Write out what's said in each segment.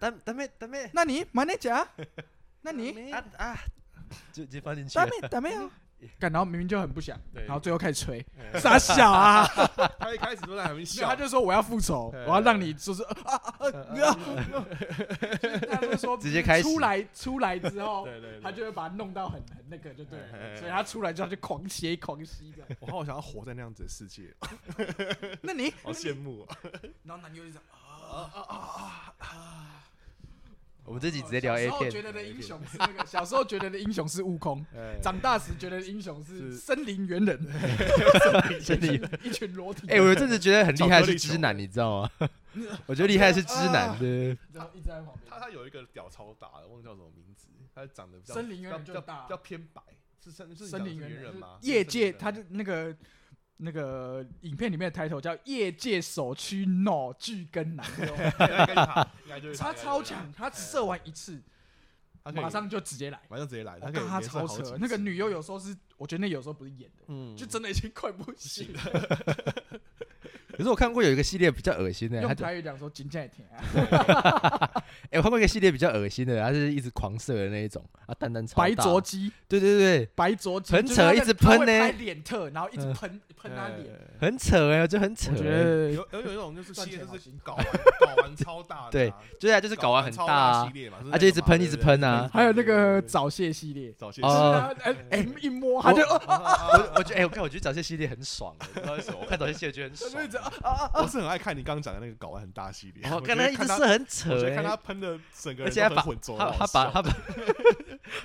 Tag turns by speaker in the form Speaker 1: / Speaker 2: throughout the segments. Speaker 1: ダメダメダメ
Speaker 2: 那你 manager，那你
Speaker 1: ああ就直接放进去
Speaker 2: 大
Speaker 1: 了。
Speaker 2: 妹大妹啊，干，然后明明就很不想，
Speaker 3: 对
Speaker 2: 然后最后开始吹，
Speaker 3: 嗯
Speaker 2: 傻小啊，
Speaker 3: 他一开始都在那边
Speaker 2: 然
Speaker 3: 笑，
Speaker 2: 后他就说我要复仇，
Speaker 3: 对
Speaker 2: 我要让你就是啊啊啊啊，啊他就说
Speaker 1: 直接开始
Speaker 2: 出来出来之后，
Speaker 3: 对对对，
Speaker 2: 他就会把它弄到很很那个，就对
Speaker 3: 嘿嘿
Speaker 2: 了，
Speaker 3: 嘿
Speaker 2: 所以他出来之后就狂吸狂吸的。
Speaker 4: 我好想要活在那样子的世界，
Speaker 2: 那你
Speaker 3: 好羡慕啊，
Speaker 2: 然后男优就这样
Speaker 1: 我们这集直接聊 A
Speaker 2: 小时候
Speaker 1: 片。
Speaker 2: 觉得的
Speaker 1: A
Speaker 2: 英
Speaker 1: 片
Speaker 2: 雄是那个，小时候觉得的英雄是悟空，
Speaker 3: 哎
Speaker 2: 长大时觉得的英雄是
Speaker 4: 是
Speaker 2: 森林猿 人，
Speaker 1: 森林猿
Speaker 2: 一群裸体，
Speaker 1: 哎、我有阵子觉得很厉害
Speaker 3: 巧克
Speaker 1: 是
Speaker 3: 力球
Speaker 1: 知男，你知道吗？ 我觉得厉害是知
Speaker 2: 啊
Speaker 1: 男的，
Speaker 2: 然后一直在旁
Speaker 3: 他
Speaker 2: 边。
Speaker 3: 他有一个屌超大的，忘记叫什么名字，他长得比较
Speaker 2: 森林猿人
Speaker 3: 比
Speaker 2: 就
Speaker 3: 较
Speaker 2: 大
Speaker 3: 比较偏白，是森是
Speaker 2: 森林
Speaker 3: 猿
Speaker 2: 猿
Speaker 3: 人吗？
Speaker 2: 就是业界他
Speaker 3: 他
Speaker 2: 就那个那个影片里面的抬头叫“业界首屈 No 巨根 男优
Speaker 3: 应该就是他应该就”，是
Speaker 2: 他
Speaker 3: 应该就是
Speaker 2: 超强，他射完一次
Speaker 3: 他可以
Speaker 2: 马上就直接来。
Speaker 3: 马上直接来，
Speaker 2: 我
Speaker 3: 他
Speaker 2: 看
Speaker 3: 可以
Speaker 2: 他
Speaker 3: 连胜
Speaker 2: 超
Speaker 3: 好几
Speaker 2: 扯，
Speaker 3: 次
Speaker 2: 那个女优有时候是，我觉得那有时候不是演的，
Speaker 3: 嗯
Speaker 2: 就真的已经快不行了。
Speaker 1: 可是我看过有一个系列比较恶心的，他
Speaker 2: 用
Speaker 1: 讲，
Speaker 2: 台语讲说“金价也甜啊
Speaker 1: 哎、我看过一个系列比较恶心的，他是一直狂射的那一种啊，蛋蛋”，超大
Speaker 2: 白灼，肌，
Speaker 1: 对对对，
Speaker 2: 白灼肌，
Speaker 1: 很
Speaker 2: 就是
Speaker 1: 扯
Speaker 2: 他
Speaker 1: 一
Speaker 2: 的
Speaker 1: 直
Speaker 2: 他会
Speaker 1: 喷呢嗯
Speaker 2: 拍脸特，然后一直喷喷他脸。
Speaker 3: 哎
Speaker 1: 很扯哎、我觉得很扯、
Speaker 2: 我觉
Speaker 1: 欸，
Speaker 2: 得
Speaker 3: 有有有一种就是
Speaker 2: 赚
Speaker 3: 系列
Speaker 2: 钱好
Speaker 3: 就是
Speaker 2: 辛苦
Speaker 3: 搞完搞完超大的啊，
Speaker 1: 对对啊，就是搞完很
Speaker 3: 超
Speaker 1: 大啊
Speaker 3: 系，列嘛，
Speaker 1: 啊就一直喷一直喷啊
Speaker 2: 还有那个早泄系列，
Speaker 3: 早些
Speaker 1: 哦
Speaker 2: 啊，哎哎一摸他就 啊
Speaker 1: 我我觉得哎、我看我觉得早些系列很爽、欸，不知道为什么，我看早些系列觉得很
Speaker 2: 他就
Speaker 1: 爽。
Speaker 2: 一直啊
Speaker 3: 我是很爱看你刚刚讲的那个搞完很大系列，
Speaker 1: 然后
Speaker 3: 我
Speaker 1: 看
Speaker 3: 觉
Speaker 1: 他
Speaker 3: 得
Speaker 1: 哦一直
Speaker 3: 看
Speaker 1: 射很扯、
Speaker 3: 我觉
Speaker 1: 欸，
Speaker 3: 得看他喷的整
Speaker 1: 而
Speaker 3: 个人
Speaker 1: 且
Speaker 3: 都
Speaker 1: 还
Speaker 3: 很
Speaker 1: 把
Speaker 3: 浑浊，
Speaker 1: 他
Speaker 3: 很
Speaker 1: 他
Speaker 3: 好
Speaker 1: 把
Speaker 3: 笑
Speaker 1: 他 把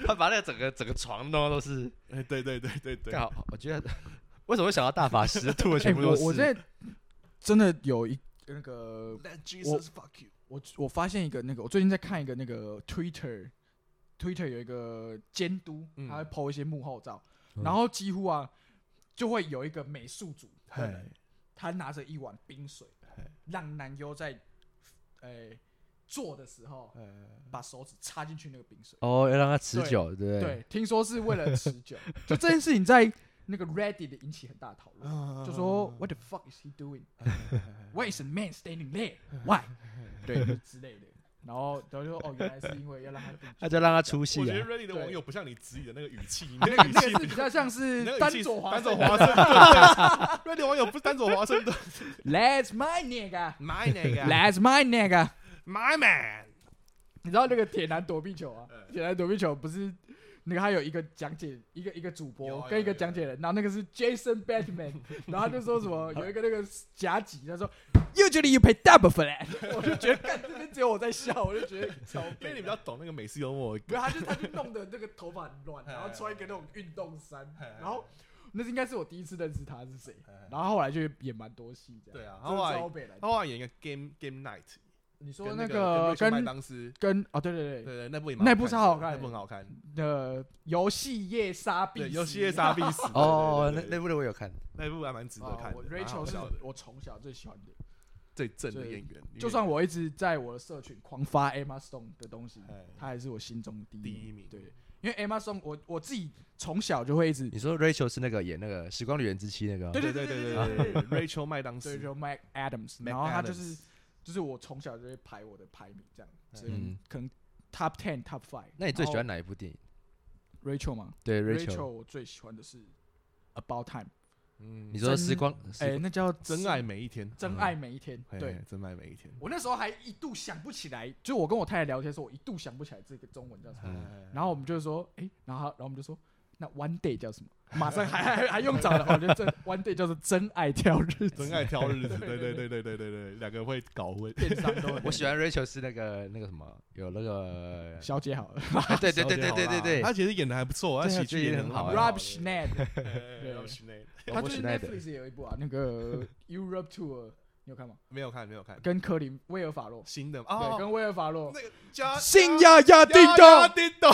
Speaker 1: 他把那个整个整个床弄的都是，
Speaker 3: 哎对对对对对
Speaker 1: 刚，好我觉得为什么会想到大法 师吐的
Speaker 2: 哎
Speaker 1: 全部都
Speaker 2: 我
Speaker 1: 是？
Speaker 2: 我在真的有一那个
Speaker 3: Let
Speaker 2: Jesus
Speaker 3: fuck you。
Speaker 2: 我我发现一个那个，我最近在看一个那个 Twitter。Twitter 有一个监督，
Speaker 3: 嗯
Speaker 2: 他会 PO 一些幕后照，
Speaker 1: 嗯
Speaker 2: 然后几乎啊就会有一个美术组，
Speaker 3: 嗨
Speaker 2: 他拿着一碗冰水
Speaker 3: 嘿，
Speaker 2: 让男优在诶、做的时候把手指插进去那个冰水。
Speaker 1: 哦，要让他持久，对不对？
Speaker 2: 对，听说是为了持 久，就这件事情在那个 Reddit 引起很大讨论，就说 What the fuck is he doing? Why is a man standing there? Why? 对之类的。然后然后就说哦，原来是因为要让他更
Speaker 1: 那就让他出
Speaker 3: 我
Speaker 1: 戏
Speaker 3: 觉得
Speaker 1: 啊！
Speaker 3: Ready 的
Speaker 2: 对
Speaker 3: 网友不像你质疑的那个语气，你
Speaker 2: 那
Speaker 3: 那个
Speaker 2: 个
Speaker 3: 语
Speaker 2: 那
Speaker 3: 气
Speaker 2: 个是比较像是
Speaker 3: 那个
Speaker 2: 单
Speaker 3: 语气
Speaker 2: 手滑
Speaker 3: 单手
Speaker 2: 手
Speaker 3: 华盛顿，Ready 网友不是单手华盛顿
Speaker 2: ，Let's my nigga。
Speaker 3: ，My nigga，
Speaker 2: Let's my nigga，
Speaker 3: My man，
Speaker 2: 你知道那个铁男躲避球啊？
Speaker 3: 嗯
Speaker 2: 铁男躲避球不是那个，他有一个讲解，一个一个主
Speaker 3: 有
Speaker 2: 播
Speaker 3: 啊
Speaker 2: 跟一个
Speaker 3: 有啊
Speaker 2: 讲解人，然后那个是 Jason Batman，然 后他就说什么有一个那个夹击，他说 Usually you pay double for that，我 就觉得干这边只有我在笑，我就觉得超
Speaker 3: 因为你
Speaker 2: 悲
Speaker 3: 比。较懂那个美式幽默，
Speaker 2: 然后他就他就弄得那个头发很乱，然后穿一个那种运动衫，然后那是应该是我第一次认识他是谁，然后后来就也蛮多戏这样。
Speaker 3: 对啊，
Speaker 2: 真
Speaker 3: 他后
Speaker 2: 的
Speaker 3: 来
Speaker 2: 超北蓝
Speaker 3: 他后来演一个 Game Game Night，
Speaker 2: 你说
Speaker 3: 跟
Speaker 2: 那
Speaker 3: 个
Speaker 2: 个
Speaker 3: 跟瑞秋麦
Speaker 2: 跟
Speaker 3: 当斯，
Speaker 2: 跟哦，对对
Speaker 3: 对
Speaker 2: 对，
Speaker 3: 对，那部也
Speaker 2: 那
Speaker 3: 蛮
Speaker 2: 部
Speaker 3: 好看的
Speaker 2: 超好看
Speaker 3: 那部很好看，
Speaker 2: 呃，游戏夜杀必
Speaker 3: 对，
Speaker 2: 死
Speaker 3: 游戏夜杀必死，对
Speaker 1: 哦，
Speaker 3: 对
Speaker 1: 那
Speaker 3: 对
Speaker 1: 那部的我有看，
Speaker 3: 那一部还蛮值得
Speaker 2: 哦
Speaker 3: 看的。啊
Speaker 2: 我
Speaker 3: 蛮好
Speaker 2: Rachel 是
Speaker 3: 笑的
Speaker 2: 我从小最喜欢的，
Speaker 3: 最正的
Speaker 2: 最
Speaker 3: 演员，
Speaker 2: 就算我一直在我的社群狂发 Emma Stone 的东西，
Speaker 3: 哎
Speaker 2: 她还是我心中的第一
Speaker 3: 第一名
Speaker 2: 对，因为 Emma Stone，我我自己从小就会一直
Speaker 1: 你说 Rachel 是那个演那个《时光旅人之妻》那个哦？
Speaker 2: 对
Speaker 3: 对对对对对对对，Rachel 麦当
Speaker 2: 对
Speaker 3: 斯，
Speaker 2: 就 Mike Adams，
Speaker 3: Mac
Speaker 2: 然后他
Speaker 3: Adams
Speaker 2: 就是就是我从小就会排我的排名这样，所以
Speaker 1: 嗯，
Speaker 2: 可能 Top Ten、Top Five。
Speaker 1: 那你最喜
Speaker 3: 哦
Speaker 1: 欢哪一部电影？
Speaker 2: Rachel 吗
Speaker 1: 对
Speaker 2: ？Rachel
Speaker 1: ，Rachel，
Speaker 2: 我最喜欢的是 About Time，
Speaker 3: 嗯
Speaker 1: 你，说《时光》
Speaker 2: 哎，
Speaker 1: 时
Speaker 2: 那叫
Speaker 3: 真爱每一天，
Speaker 2: 真爱每一天。
Speaker 3: 嘿
Speaker 2: 对
Speaker 3: 嘿，真爱每一天。
Speaker 2: 我那时候还一度想不起来，就我跟我太太聊天的时候，我一度想不起来这个中文叫什么。
Speaker 3: 嗯
Speaker 2: 然后我们就说，哎、然后他然后我们就说，那 One Day 叫什么？马上还还还用找了，我觉得这 One Day 叫做真爱挑日子，
Speaker 3: 真爱挑日子，
Speaker 2: 对
Speaker 3: 对
Speaker 2: 对
Speaker 3: 对对对对对对，两个会搞混。
Speaker 2: 电商都很
Speaker 1: 我喜欢 Rachel 是那个那个什么，有那个，
Speaker 2: 小姐好了
Speaker 1: 啊 对对对对对对对，
Speaker 3: 他其实演的还不错，他
Speaker 1: 对啊
Speaker 3: 喜剧也很好
Speaker 1: 哎
Speaker 3: 哎。
Speaker 2: ，Rob Schneider，
Speaker 3: 哎哎哎 Rob Schneider
Speaker 2: 他
Speaker 1: 不
Speaker 2: 最
Speaker 1: 是
Speaker 2: 近
Speaker 1: 那的，
Speaker 2: Netflix 也有一部啊，那个 Europe Tour，你有看吗？
Speaker 3: 没有看没有看
Speaker 2: 跟科林威尔法洛，
Speaker 3: 新的
Speaker 2: 对，
Speaker 3: 哦，
Speaker 2: 跟威尔法洛
Speaker 3: 那，个加
Speaker 2: 信呀呀叮
Speaker 3: 加
Speaker 2: 咚
Speaker 3: 叮咚，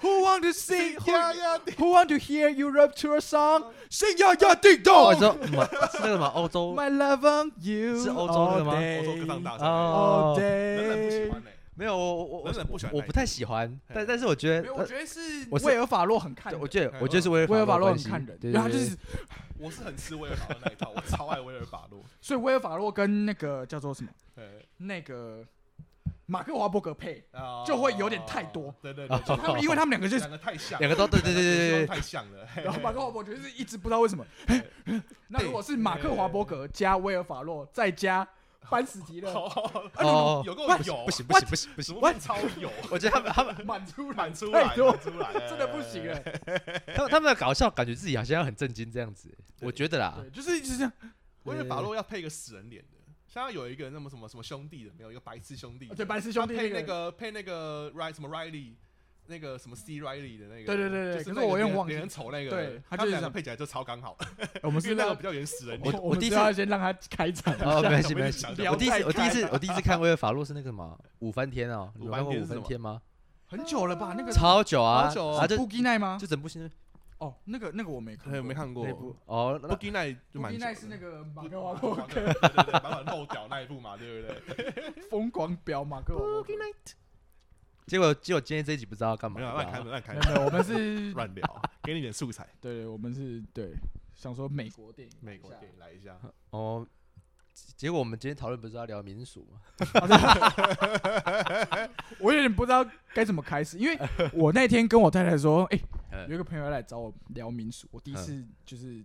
Speaker 2: ，Who want to sing
Speaker 3: 呀
Speaker 2: who
Speaker 3: 呀叮
Speaker 2: Who want to hear Europe Tour song？信呀呀叮咚
Speaker 1: 哦，你说什么是那个什么欧洲？
Speaker 2: ，My love on you，
Speaker 1: 是欧洲那个吗
Speaker 2: all
Speaker 3: 咚，
Speaker 2: day
Speaker 3: 欧洲歌唱大赛，
Speaker 1: 哦
Speaker 2: all，day，
Speaker 3: 冷冷不喜欢哎，
Speaker 1: 没有，我我我
Speaker 3: 冷冷不喜欢
Speaker 1: 我
Speaker 3: 那一
Speaker 1: 不太喜欢，
Speaker 3: 嘿
Speaker 1: 但但是我觉得
Speaker 2: 没有，我觉得是
Speaker 1: 我是
Speaker 2: 威尔法洛很看
Speaker 1: 对，
Speaker 2: 人，
Speaker 1: 我觉得
Speaker 3: 嗯
Speaker 1: 我觉得是威尔
Speaker 2: 威尔法
Speaker 1: 洛
Speaker 2: 洛
Speaker 1: 关
Speaker 2: 很
Speaker 1: 系
Speaker 2: 看人，
Speaker 1: 对
Speaker 2: 然后
Speaker 1: 对
Speaker 2: 就
Speaker 1: 对
Speaker 2: 是，
Speaker 3: 我是很吃威尔法洛那一套，我超爱威尔法洛。
Speaker 2: 所以威尔法洛跟那个叫做什么
Speaker 3: 哎
Speaker 2: 那个马克华伯格配，
Speaker 3: 啊
Speaker 2: 就会有点太多
Speaker 3: 对对对，
Speaker 1: 哦
Speaker 2: 就他们因为他们两个就是
Speaker 3: 两，个太像，
Speaker 1: 两个都对对对对 对对
Speaker 3: 太像了。嘿
Speaker 2: 然后马克华伯格就是一直不知道为什么。那如果是马克华伯格加威尔法洛再加班史提勒，
Speaker 3: 好好好
Speaker 2: 哎
Speaker 1: 哦，
Speaker 3: 有够
Speaker 1: 不行
Speaker 3: 有，
Speaker 1: 不行不行不行不
Speaker 3: 什
Speaker 1: 行，
Speaker 3: 么变超有，
Speaker 1: 我觉得他们他们
Speaker 2: 满出来
Speaker 3: 满出来，
Speaker 2: 太多
Speaker 3: 满，出来，
Speaker 2: 真的不行欸了。
Speaker 1: 他们他们的搞笑，感觉自己好像很震惊这样子，我觉得啦
Speaker 2: 对，，就是一直
Speaker 1: 啊
Speaker 2: 这样。
Speaker 3: 我觉得法洛要配一个死人脸的，像有一个那么什么什么兄弟的，没有一个白痴兄弟的，
Speaker 2: 哦对，白痴兄弟
Speaker 3: 他配
Speaker 2: 那个，
Speaker 3: 那个配那个 Ry 什么 Riley，那个什么 C Riley 的那个，
Speaker 2: 对对对对
Speaker 3: 就
Speaker 2: 可是
Speaker 3: 那个
Speaker 2: 我有点
Speaker 3: 脸
Speaker 2: 忘记
Speaker 3: 脸很丑那个，
Speaker 2: 对他
Speaker 3: 他
Speaker 2: 就是
Speaker 3: 们两
Speaker 2: 这
Speaker 3: 个
Speaker 2: 样
Speaker 3: 配起来就超刚好，
Speaker 2: 我们
Speaker 3: 因
Speaker 2: 是
Speaker 3: 为那
Speaker 2: 要
Speaker 3: 个比较原始人
Speaker 1: 我
Speaker 3: 脸。
Speaker 1: 我
Speaker 2: 们
Speaker 1: 第一
Speaker 2: 是
Speaker 1: 次
Speaker 2: 要先让他开场一下。
Speaker 1: 哦， 没关系没关系
Speaker 3: 想。
Speaker 2: 聊
Speaker 1: 我第一次
Speaker 2: 太
Speaker 1: 我第一次
Speaker 2: 开
Speaker 1: 我第一次看威尔法洛是那个什么五番天哦，你有看过
Speaker 3: 五番天
Speaker 1: 五
Speaker 3: 是什么
Speaker 1: 番天吗？
Speaker 2: 很久了吧？那个
Speaker 1: 超久啊，
Speaker 3: 超久哦
Speaker 1: 啊就
Speaker 2: 布吉奈吗
Speaker 1: 就？整部新
Speaker 2: 哦，那个那个我没看
Speaker 3: 对，
Speaker 2: 过，
Speaker 3: 我没看过
Speaker 1: 那部哦，那
Speaker 3: Boogie Night
Speaker 2: 布
Speaker 3: 就蛮
Speaker 2: 吉
Speaker 3: 久
Speaker 2: 奈
Speaker 3: 的
Speaker 2: 是那个马
Speaker 3: 不
Speaker 2: 克华伯
Speaker 3: 不不
Speaker 2: 格
Speaker 3: 对对对，满满漏屌那一部嘛，对不对？
Speaker 2: 疯狂飙马克华伯格。
Speaker 1: 结果结果今天这一集不知道要干嘛，
Speaker 3: 没有
Speaker 1: 对
Speaker 3: 乱
Speaker 1: 吧
Speaker 3: 开门，乱开
Speaker 2: 没有
Speaker 3: 门，
Speaker 2: 没 有，我们是
Speaker 3: 乱聊，给你点素材。
Speaker 2: 对对，我们是对想说美国电影，
Speaker 3: 美国电影来一下，
Speaker 1: 哦。结果我们今天讨论不是要聊民俗吗？
Speaker 2: 我有点不知道该怎么开始，因 为我那天跟我太太说，哎、
Speaker 1: 嗯
Speaker 2: 有一个朋友要来找我聊民俗，我第一次
Speaker 3: 嗯
Speaker 2: 就是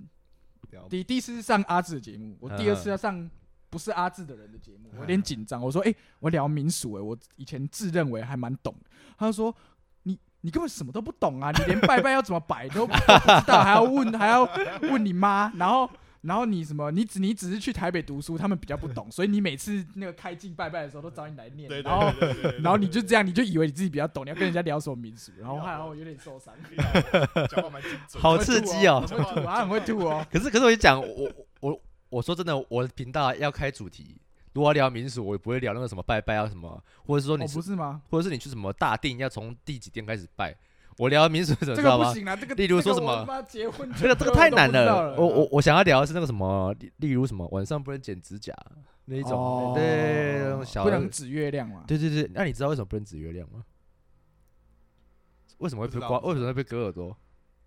Speaker 3: 聊
Speaker 2: 第第一次是上阿志的节目，我第二次
Speaker 1: 嗯
Speaker 2: 要上不是阿志的人的节目，我有点紧张。我说，哎、我聊民俗、哎，我以前自认为还蛮懂的。他就说，你你根本什么都不懂啊，你连拜拜要怎么摆都 都不知道，还要问还要问你妈，然后。然后你什么？你只你只是去台北读书，他们比较不懂，所以你每次那个开镜拜拜的时候都找你来念，
Speaker 3: 对对
Speaker 2: 然后
Speaker 3: 对对对对对，
Speaker 2: 然后你就这样，你就以为你自己比较懂，你要跟人家聊什么民俗，然后
Speaker 3: 不要
Speaker 2: 还
Speaker 3: 不要
Speaker 2: 好我有点受伤，
Speaker 3: 讲话蛮精准的，
Speaker 1: 好刺激哦！
Speaker 2: 很会吐啊，很会吐哦。
Speaker 1: 可是可是我一讲，我我我我说真的，我的频道要开主题，如果要聊民俗，我也不会聊那个什么拜拜啊什么，或者是说你
Speaker 2: 哦，
Speaker 1: 是
Speaker 2: 不是吗？
Speaker 1: 或者是你去什么大殿要从第几殿开始拜，我聊民俗怎么
Speaker 2: 这
Speaker 1: 知
Speaker 2: 个
Speaker 1: 道
Speaker 2: 不
Speaker 1: 吗？
Speaker 2: 行啊，这个
Speaker 1: 例如说什么
Speaker 2: 这个我他妈结婚
Speaker 1: 这个这个太难
Speaker 2: 都不知道了
Speaker 1: 我我我想要聊的是那个什么，例例如什么晚上不能剪指甲那一种，
Speaker 2: 哦
Speaker 1: 对那种小
Speaker 2: 不能指月亮嘛？
Speaker 1: 对对对，那你知道为什么不能指月亮吗？为什么会
Speaker 3: 不
Speaker 1: 被
Speaker 3: 知道
Speaker 1: 刮？
Speaker 3: 不
Speaker 1: 为
Speaker 3: 知
Speaker 1: 什么会被割耳朵？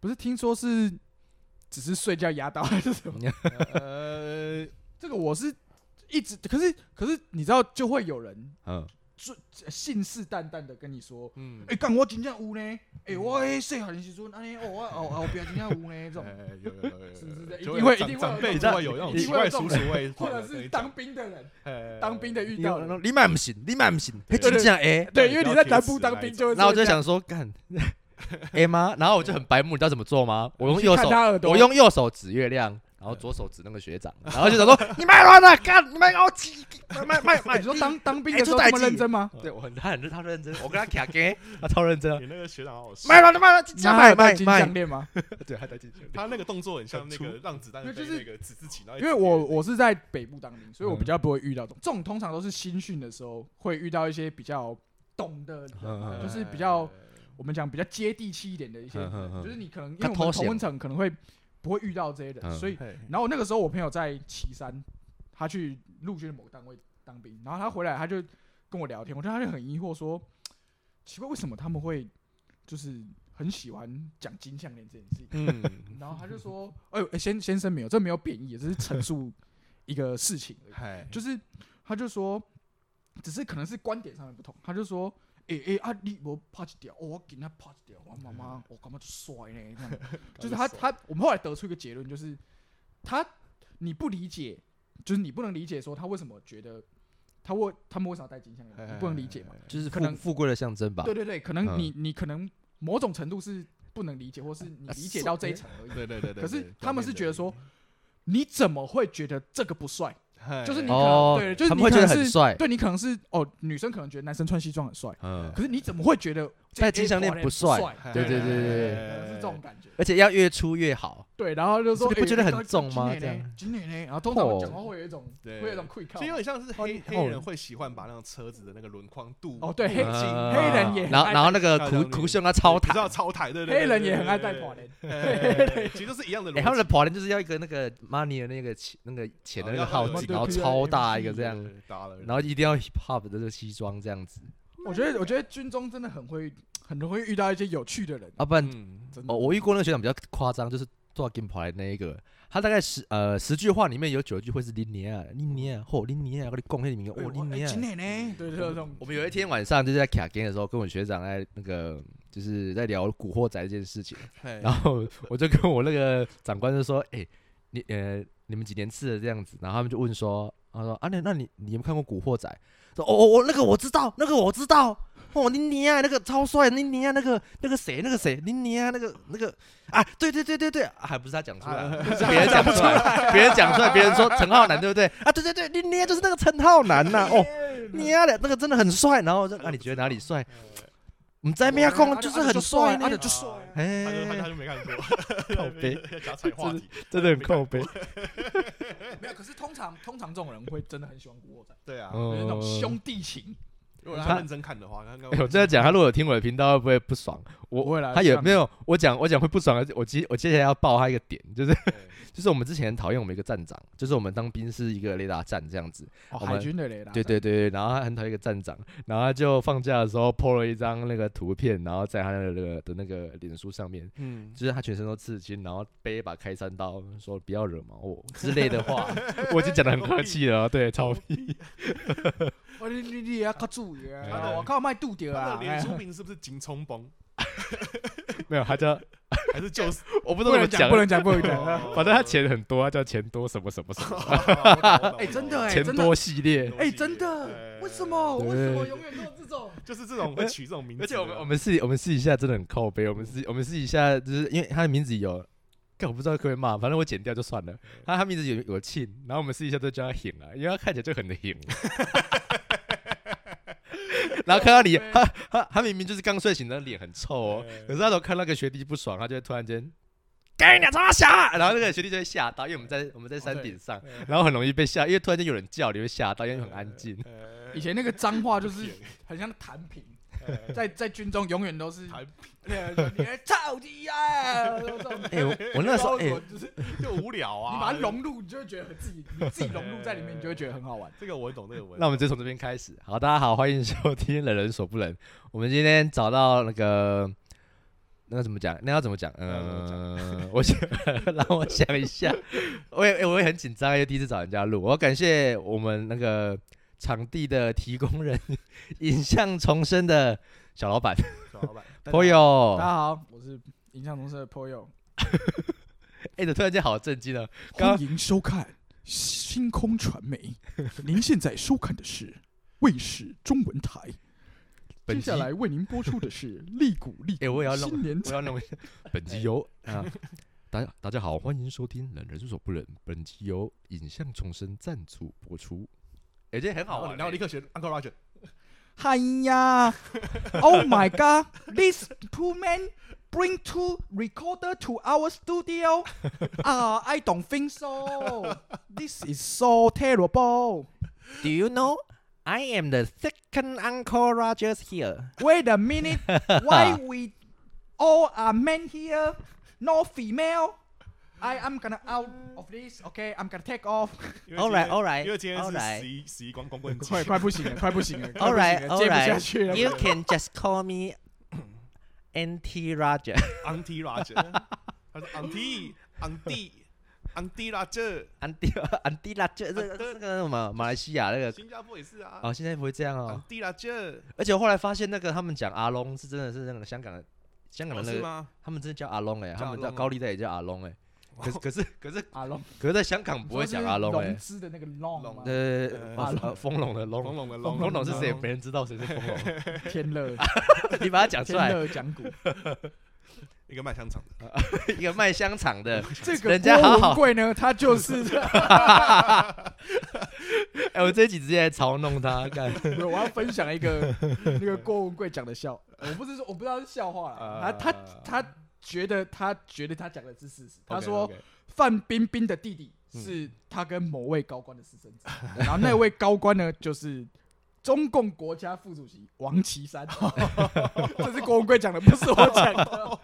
Speaker 2: 不是听说是只是睡觉压到还是什么？
Speaker 3: 呃，
Speaker 2: 这个我是一直，可是可是你知道，就会有人
Speaker 1: 嗯，
Speaker 2: 信誓旦旦的跟你说。
Speaker 3: 嗯，
Speaker 2: 哎，干我真正有呢！哎，
Speaker 1: 嗯
Speaker 2: 我诶细汉的时阵，安尼哦，我哦哦，表真正有呢，这种，
Speaker 3: 哎有有有有，
Speaker 2: 是不是一
Speaker 3: 有就
Speaker 2: 定会
Speaker 3: 长
Speaker 2: 一定会
Speaker 3: 长
Speaker 2: 有这
Speaker 3: 辈就
Speaker 1: 种
Speaker 3: 会有那种
Speaker 1: 一
Speaker 3: 奇
Speaker 2: 定会有这
Speaker 3: 怪
Speaker 2: 种
Speaker 3: 叔叔味，
Speaker 2: 或者是当兵的人， 当兵的遇
Speaker 1: 哎你
Speaker 2: 到
Speaker 1: 有那
Speaker 2: 人，
Speaker 1: 种你买不行，你买不行，嘿，
Speaker 2: 对
Speaker 1: 就
Speaker 2: 对
Speaker 1: 这样哎。
Speaker 2: 对，因为你在南部当兵就会这样，
Speaker 1: 然后我就想说，干， 哎妈，然后我就很白目，你知道怎么做吗？我用
Speaker 2: 去
Speaker 1: 右
Speaker 2: 看
Speaker 1: 手
Speaker 2: 他耳，朵
Speaker 1: 我用右手指月亮，然后左手指那个学长，然后学长说你卖乱了，干，你卖给我起，卖卖卖
Speaker 2: 哎，
Speaker 1: 卖，
Speaker 2: 你说当当兵
Speaker 1: 哎
Speaker 2: 的时候
Speaker 1: 出代
Speaker 2: 这么认
Speaker 1: 志
Speaker 2: 真吗？
Speaker 1: 对我很他很他认真，我跟他卡给， 他超认 真，
Speaker 3: 你那个学长好好
Speaker 1: 卖
Speaker 3: 笑，
Speaker 1: 乱了卖乱，加
Speaker 2: 那
Speaker 1: 卖
Speaker 2: 有戴
Speaker 1: 卖
Speaker 2: 金项
Speaker 1: 卖，
Speaker 2: 链吗？
Speaker 1: 对，他带进去，
Speaker 3: 他那个动作很像那
Speaker 1: 很
Speaker 3: 个让子弹
Speaker 2: 因为
Speaker 3: 飞
Speaker 2: 就是
Speaker 3: 那个指自己，然后一
Speaker 2: 因为
Speaker 3: 直
Speaker 2: 我
Speaker 3: 点
Speaker 2: 我是在北部当兵，所以我
Speaker 1: 嗯
Speaker 2: 比较不会遇到这种，这种通常都是新训的时候会遇到一些比较懂的人嘛，
Speaker 1: 嗯
Speaker 2: 就是比较我们讲比较接地气一点的一些人，
Speaker 1: 嗯嗯嗯
Speaker 2: 就是你可能因为
Speaker 1: 他
Speaker 2: 我
Speaker 1: 偷
Speaker 2: 们
Speaker 1: 闲
Speaker 2: 同温层可能会不会遇到这些人，
Speaker 1: 嗯
Speaker 2: 所以
Speaker 3: 嘿
Speaker 2: 然后那个时候我朋友在岐山，他去陆军的某个单位当兵，然后他回来他就跟我聊天，我觉得他就很疑惑说，奇怪为什么他们会就是很喜欢讲金项链这件事情。
Speaker 3: 嗯，
Speaker 2: 然后他就说：“哎呦，哎先先声明哦，这没有贬义，只是陈述一个事情而已。
Speaker 3: 嗨，
Speaker 2: 就是他就说，只是可能是观点上面不同。他就说：‘哎、哎、啊，你无拍一条，哦，我给他拍一条，我妈妈，我干嘛就帅呢？’这样就是他他，我们后来得出一个结论，就是他你不理解，就是你不能理解说他为什么觉得他为他们为啥戴金项链，你不能理解嘛？
Speaker 1: 就是
Speaker 2: 可
Speaker 1: 富
Speaker 2: 能
Speaker 1: 富贵的象征吧
Speaker 2: 对，对对，可能你、你可能某种程度是不能理解，或是你理解到这一层而已。
Speaker 3: 对对对对，
Speaker 2: 可
Speaker 3: 对
Speaker 2: 是他们是觉得说，你怎么会觉得这个不帅？就是你可能、
Speaker 1: 哦
Speaker 2: 对，就是
Speaker 1: 他
Speaker 2: 你
Speaker 1: 们会
Speaker 2: 可
Speaker 1: 觉
Speaker 2: 能
Speaker 1: 得
Speaker 2: 是
Speaker 1: 很帅
Speaker 2: 对你可能是哦，女生可能觉得男生穿西装很帅，
Speaker 1: 嗯，
Speaker 2: 可是你怎么会觉得这
Speaker 1: 戴金项链
Speaker 2: A
Speaker 1: 不
Speaker 2: 帅？
Speaker 1: 帅对对对对对
Speaker 2: 可能是这种感觉。
Speaker 1: 而且要越粗越好，
Speaker 2: 对，然后就说
Speaker 1: 是不是
Speaker 2: 哎
Speaker 1: 觉得很
Speaker 2: 那个
Speaker 1: 重吗
Speaker 2: 今年呢今年呢，然后通
Speaker 1: 哦
Speaker 2: 常讲话会有一种
Speaker 3: 对
Speaker 2: 会有一种愧靠
Speaker 3: 就。有点像是黑
Speaker 1: 哦
Speaker 3: 黑人会喜欢把那种车子的那个轮框镀
Speaker 2: 哦对黑
Speaker 1: 嗯
Speaker 2: 黑人也很
Speaker 1: 然后
Speaker 2: 爱
Speaker 1: 然后那个
Speaker 3: 戴
Speaker 1: 苦
Speaker 3: 金
Speaker 1: 苦胸要啊超
Speaker 3: 知
Speaker 1: 大
Speaker 3: 道，超台，对对，对
Speaker 2: 黑人也很爱戴跑，
Speaker 3: 对
Speaker 2: 链，
Speaker 3: 对对对对其实都是一样的逻
Speaker 1: 哎，
Speaker 3: 辑，
Speaker 1: 他们的跑人就是要一个那个 money 的那个钱那个钱的那个
Speaker 3: 哦
Speaker 1: 号
Speaker 3: 要
Speaker 1: 子，
Speaker 2: 要
Speaker 1: 然后
Speaker 2: 对
Speaker 1: 超大
Speaker 2: 对
Speaker 1: 一个这样，
Speaker 3: 对对对打了，
Speaker 1: 然后一定要 hip hop 的这个西装这样子，
Speaker 2: 我觉得我觉得军中真的很会很容易遇到一些有趣的人，
Speaker 1: 啊要不然哦
Speaker 3: 嗯
Speaker 2: 真的
Speaker 1: 哦，我遇过那个学长比较夸张，就是多少 game 跑来那一个，他大概十呃十句话里面有九句会是林尼啊，林尼啊，嚯林尼啊，我跟你讲那名哦林尼
Speaker 2: 哎
Speaker 1: 啊
Speaker 2: 今。年呢，对对对，这种
Speaker 1: 我们有一天晚上就是在卡 game 的时候，跟我学长在那个就是在聊《古惑仔》这件事情，
Speaker 3: 嘿
Speaker 1: 然后我就跟我那个长官就说：“哎、你呃，你们几年次的这样子？”然后他们就问说：“他说啊，那那你你有没有看过《古惑仔》？”说：“哦哦哦，那个我知道，那个我知道。哦，林尼啊，那个超帅，林尼啊，那个那个谁，那个谁，林尼啊，那个那个啊，对对对对对，啊还、不是他讲出来，是别人讲出来，别人讲出来，别人说陈浩南对不对？啊，对对对，林尼啊，就是那个陈浩南呐、哦，尼啊的那个真的很帅。然后我就啊，你觉得哪里帅？我们在面啊，
Speaker 3: 他
Speaker 2: 哎
Speaker 1: 空
Speaker 3: 就
Speaker 1: 就是
Speaker 3: 他就
Speaker 1: 很
Speaker 3: 就
Speaker 1: 帅
Speaker 3: 啊
Speaker 1: 呢
Speaker 3: 就，就帅啊，
Speaker 1: 哎
Speaker 3: 他就他就他就没看过，
Speaker 1: 靠背
Speaker 3: 加踩话题，
Speaker 1: 真的很靠背。
Speaker 2: 没有。可是通常通常这种人会真的很喜欢古惑仔，
Speaker 3: 对啊，
Speaker 2: 就是那种
Speaker 1: 哦
Speaker 2: 兄弟情。
Speaker 3: 如果他认真看的话，刚刚
Speaker 1: 哎我真的讲，他如果有听我的频道，会不会不爽？我
Speaker 2: 不会啦
Speaker 1: 他
Speaker 2: 这
Speaker 1: 有
Speaker 2: 样
Speaker 1: 没有？我讲我讲会不爽的，我接我接下来要爆他一个点，就是
Speaker 3: 对
Speaker 1: 就是我们之前很讨厌我们一个站长，就是我们当兵是一个雷达站这样子，
Speaker 2: 哦，
Speaker 1: 我
Speaker 2: 海
Speaker 1: 们
Speaker 2: 军的雷达，
Speaker 1: 对对对对，然后他很讨厌一个站长，然后他就放假的时候 po 了一张那个图片，然后在他的那个的那个脸书上面，
Speaker 4: 嗯，
Speaker 1: 就是他全身都刺青，然后背一把开山刀，说不要惹毛我之类的话， 我已经讲的很客气了，哦对，超屁，
Speaker 2: 我你你你要靠注意
Speaker 1: 哎
Speaker 2: 啊！我靠，卖度掉
Speaker 4: 他
Speaker 2: 啊！
Speaker 4: 的脸书名是不是金冲崩？
Speaker 1: 没有，他叫
Speaker 4: 还是就是
Speaker 1: 我不知道怎
Speaker 2: 不
Speaker 1: 么
Speaker 2: 能
Speaker 1: 讲
Speaker 2: 讲，不，能讲，不能讲。
Speaker 1: 反正他钱很多，他叫钱多什么什么什么。
Speaker 2: 哎，真的哎，
Speaker 1: 钱
Speaker 2: 真的
Speaker 1: 多系列。
Speaker 2: 哎，真的，为什么？
Speaker 1: 对
Speaker 2: 为什么永远都有这种？
Speaker 4: 就是这种会取这种名字
Speaker 1: 而
Speaker 4: 的
Speaker 1: 且
Speaker 4: 啊，
Speaker 1: 我们我们试我们试一下，真的很靠背。我们试我们试一下，就是因为他的名字有，但我不知道可不可以骂，反正我剪掉就算了。他他名字有有庆，然后我们试一下都叫他醒了，因为他看起来就很醒。 然后看到你，他他他明明就是刚睡醒，然后脸很臭哦。可是他如果看那个学弟不爽，他就会突然间，干你俩他妈小啊！然后那个学弟就会吓到，因为我们在我们在山顶上，然后很容易被吓，因为突然间有人叫，你会吓到，因为很安静。
Speaker 4: 呃
Speaker 2: 以前那个脏话就是很像弹屏，在在军中永远都是
Speaker 3: 弹
Speaker 2: 对就你哎操你啊！
Speaker 1: 哎、我我那时候哎、
Speaker 2: 就是
Speaker 3: 就无聊啊，
Speaker 2: 你把它融入，你就会觉得很自己你自己融入在里面，你就会觉得很好玩。
Speaker 3: 这个我也懂，这个我也
Speaker 1: 那
Speaker 3: 懂
Speaker 1: 我们就从这边开始。好，大家好，欢迎收听《人人所不能》。我们今天找到那个，那个怎么讲？那要怎么讲？嗯，我想 让我想一下。我也、我也很紧张，因为第一次找人家录。我要感谢我们那个场地的提供人，影像重生的小老板哎
Speaker 3: 小老板，
Speaker 1: 朋
Speaker 2: 大
Speaker 1: 友。
Speaker 2: 家好，我是影像同事的 Poyo，
Speaker 1: 哎，怎么突然间好震惊了？刚
Speaker 2: 欢迎收看星空传媒。您现在收看的是卫视中文台，
Speaker 1: 本
Speaker 2: 接
Speaker 1: 集
Speaker 2: 下来为您播出 的是利古利
Speaker 1: 哎我也
Speaker 2: 古
Speaker 1: 要弄
Speaker 2: 新年
Speaker 1: 我要弄一下本集由啊，大家大家好，欢迎收听《冷人所不冷》，本集由影像重生赞助播出。哎、这很好玩、
Speaker 3: 然后立
Speaker 1: 刻
Speaker 3: 刻学 Uncle Roger，
Speaker 2: 嗨哎呀！Oh my god! This two men bring two recorder to our studio. Ah, I don't think so. This is so terrible.
Speaker 1: ，Do you know I am the second Uncle Rogers here？
Speaker 2: Wait a minute. Why we all are men here? No female. I am gonna out of this. Okay, I'm gonna take off.
Speaker 4: 因为
Speaker 1: All right, all right,
Speaker 4: 今天因为今天
Speaker 1: all
Speaker 4: 是
Speaker 1: right
Speaker 4: 十一十一光光棍节
Speaker 2: 快，快不行了，快不行了， 快
Speaker 1: All
Speaker 2: 不行
Speaker 1: right,
Speaker 2: 了
Speaker 1: all
Speaker 2: 接不
Speaker 1: right.
Speaker 2: 下去了。
Speaker 1: You can just call me NT Roger。
Speaker 4: Auntie Roger，他说 Auntie Auntie Auntie Roger，
Speaker 1: 安迪安迪拉这这个这个什么马来西亚那个
Speaker 4: 新加坡也是啊
Speaker 1: 哦，现在不会这样哦。
Speaker 4: ，Auntie Roger，
Speaker 1: 而且我后来发现那个他们讲阿龙是真的是那个香港的香港的
Speaker 4: 哦
Speaker 1: 那
Speaker 4: 是
Speaker 1: 个
Speaker 4: 吗？
Speaker 1: 他们真的叫阿龙哎、欸，
Speaker 4: 叫
Speaker 1: 他
Speaker 4: 阿
Speaker 1: 们
Speaker 4: 龙
Speaker 1: 叫
Speaker 4: 哦
Speaker 1: 高利贷也叫阿龙哎、欸，可是可是可是
Speaker 2: 阿啊龙
Speaker 1: 可是在香港不会讲阿龙哎、欸，
Speaker 2: 融资的那个龙
Speaker 4: 龙
Speaker 2: 吗，
Speaker 1: 呃
Speaker 2: 阿
Speaker 1: 呃
Speaker 2: 龙
Speaker 1: 呃丰隆的
Speaker 4: 龙
Speaker 1: 龙，
Speaker 4: 龙的龙
Speaker 1: 丰隆是谁？
Speaker 4: 龙
Speaker 1: 没人知道谁是丰隆，
Speaker 2: 天乐
Speaker 1: 啊你把它讲出
Speaker 2: 天
Speaker 1: 来。
Speaker 2: 乐讲古。
Speaker 4: 一个卖香肠的，
Speaker 1: 一个卖香肠的，
Speaker 2: 这个
Speaker 1: 人家
Speaker 2: 郭
Speaker 1: 好
Speaker 2: 文
Speaker 1: 好
Speaker 2: 贵呢，他就是，
Speaker 1: 哎，我这几直接来嘲弄他，干
Speaker 2: 没有 我要分享一个那个郭文贵讲的笑，我不是说我不知道是笑话啦，他他他觉得他觉得他讲的是事实，他说范冰冰的弟弟
Speaker 1: 嗯
Speaker 2: 是他跟某位高官的私生子，然后那位高官呢就是。中共国家副主席王岐山， 这是郭文贵讲的，不是我讲的。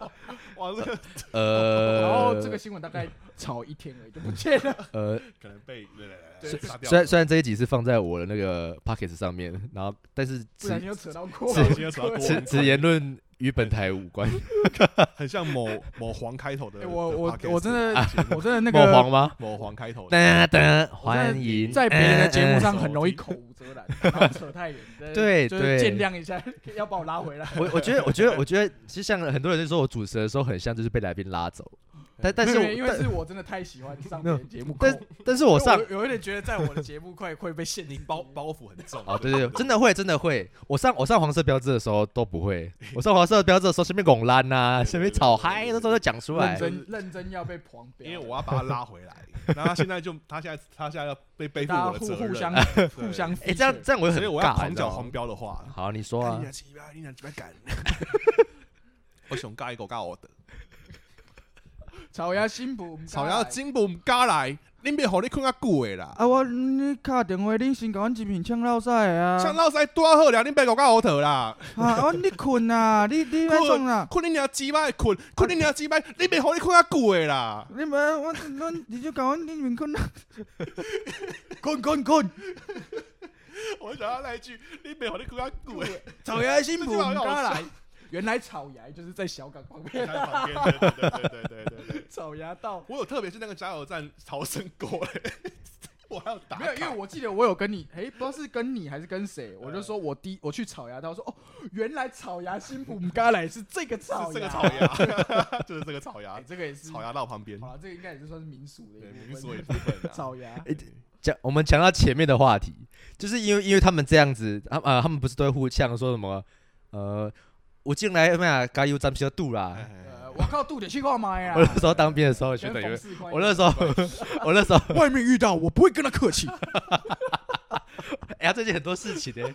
Speaker 4: 哇，这个
Speaker 1: 呃，
Speaker 2: 然后这个新闻大概炒一天而已就不见了。
Speaker 1: 呃，
Speaker 4: 可能被对对
Speaker 2: 对
Speaker 4: 对杀掉
Speaker 1: 虽然虽然这一集是放在我的那个 p o c k e t 上面，然后但是
Speaker 2: 不
Speaker 1: 此
Speaker 2: 然你又扯到过
Speaker 1: 是
Speaker 2: 文
Speaker 4: 今天扯到
Speaker 2: 贵
Speaker 4: 郭
Speaker 1: 此此言论与本台无关。
Speaker 3: 很像某某黄开头的。
Speaker 2: 哎，我
Speaker 3: 的
Speaker 2: 我
Speaker 3: podcast
Speaker 2: 我真的，我真的那
Speaker 1: 莫
Speaker 2: 个
Speaker 1: 黄吗？
Speaker 3: 某黄开头的。
Speaker 1: 噔噔，
Speaker 2: 我真的
Speaker 1: 欢迎
Speaker 2: 在别人的节目
Speaker 1: 嗯
Speaker 2: 上很容易口无遮拦，然后扯太远。真的
Speaker 1: 对
Speaker 2: 就是见
Speaker 1: 对
Speaker 2: 谅一下，要把我拉回来。
Speaker 1: 嗯我我觉得，我觉得，我觉得，其实像很多人就说我主持的时候很像就是被来宾拉走，但但是
Speaker 2: 没
Speaker 1: 我
Speaker 2: 有因为
Speaker 1: 但
Speaker 2: 是我真的太喜欢上
Speaker 1: 没
Speaker 2: 别
Speaker 1: 有
Speaker 2: 人节目口，
Speaker 1: 但但是我上
Speaker 2: 有有一点觉得在我的节目快会被限
Speaker 3: 你
Speaker 2: 定
Speaker 3: 包包袱很
Speaker 4: 啊
Speaker 3: 重，
Speaker 1: 哦，对对对，真的会，真的会。我上我上黄色标志的时候都不会，我上黄色标志的时候，前面拱烂呐，前面炒嗨，那时候就讲出
Speaker 2: 认
Speaker 1: 来。
Speaker 2: 真认真要被狂飙，
Speaker 3: 因为我要把他拉回来。然后他现在就，他现在他现在要背背负
Speaker 2: 大
Speaker 3: 我
Speaker 2: 家
Speaker 3: 的
Speaker 2: 互
Speaker 3: 责任，
Speaker 2: 互相互相 feature，
Speaker 1: 哎，这样这样我也
Speaker 3: 所
Speaker 1: 很
Speaker 3: 以我要
Speaker 1: 尬，
Speaker 3: 狂
Speaker 1: 你知
Speaker 3: 讲
Speaker 1: 道
Speaker 3: 黄
Speaker 1: 吗？
Speaker 3: 标的话。
Speaker 1: 好，你说
Speaker 2: 哦
Speaker 3: 干
Speaker 1: 啊
Speaker 3: 你，俩鸡巴，你俩鸡巴敢！ 我想尬一个尬我 的，
Speaker 2: 草芽新不？
Speaker 3: 草芽金不唔敢来，恁别互你困啊久的啦。
Speaker 2: 啊，我你敲电话，恁先甲阮一片呛老屎啊
Speaker 3: 像老师多好啦，恁别互尬我头啦。
Speaker 2: 啊，我你困啊，你你
Speaker 3: 要创
Speaker 2: 啊？
Speaker 3: 困恁俩鸡巴困，困恁俩鸡巴，恁别互你困啊久的啦。
Speaker 2: 你们我我你就甲阮恁面困 啊，困困困，
Speaker 3: 我想要那一句，恁别互你困啊久的。
Speaker 2: 草芽新
Speaker 3: 这句话很好笑。
Speaker 2: 原来草芽就是在小港旁边，
Speaker 3: 在旁边，对对对对对对对。
Speaker 2: 草芽道。
Speaker 3: 我有特别是那个加油站逃生过嘞， 我还要打卡。
Speaker 2: 没有，因为我记得我有跟你，哎、不知道是跟你还是跟谁，我就说我第我去草芽道说，哦，原来草芽新浦姆嘎来是这个草
Speaker 3: 是
Speaker 2: 芽，
Speaker 3: 这个草芽， 就是这个草
Speaker 2: 哎、
Speaker 3: 芽，
Speaker 2: 这个也是
Speaker 3: 草，芽到旁边
Speaker 2: 好，了，这个应该也是算是民俗的一
Speaker 3: 对，
Speaker 2: 部分，
Speaker 3: 民俗的一部 分啊。
Speaker 2: 草芽，
Speaker 1: 哎讲我们讲到前面的话题，就是因为因为他们这样子，他呃他们不是都会互呛说什么呃，我进来哎呀，加油站比较度
Speaker 3: 哎
Speaker 1: 啦。
Speaker 2: 呃，我靠，杜姐去购买
Speaker 1: 我
Speaker 2: 啊，
Speaker 1: 那时候当兵的时候，学
Speaker 2: 跟
Speaker 1: 长有
Speaker 2: 冯，世宽一样
Speaker 1: 我那时候 我那时候，
Speaker 2: 外面遇到我不会跟他客 气，
Speaker 1: 哎呀，最近很多事情呢，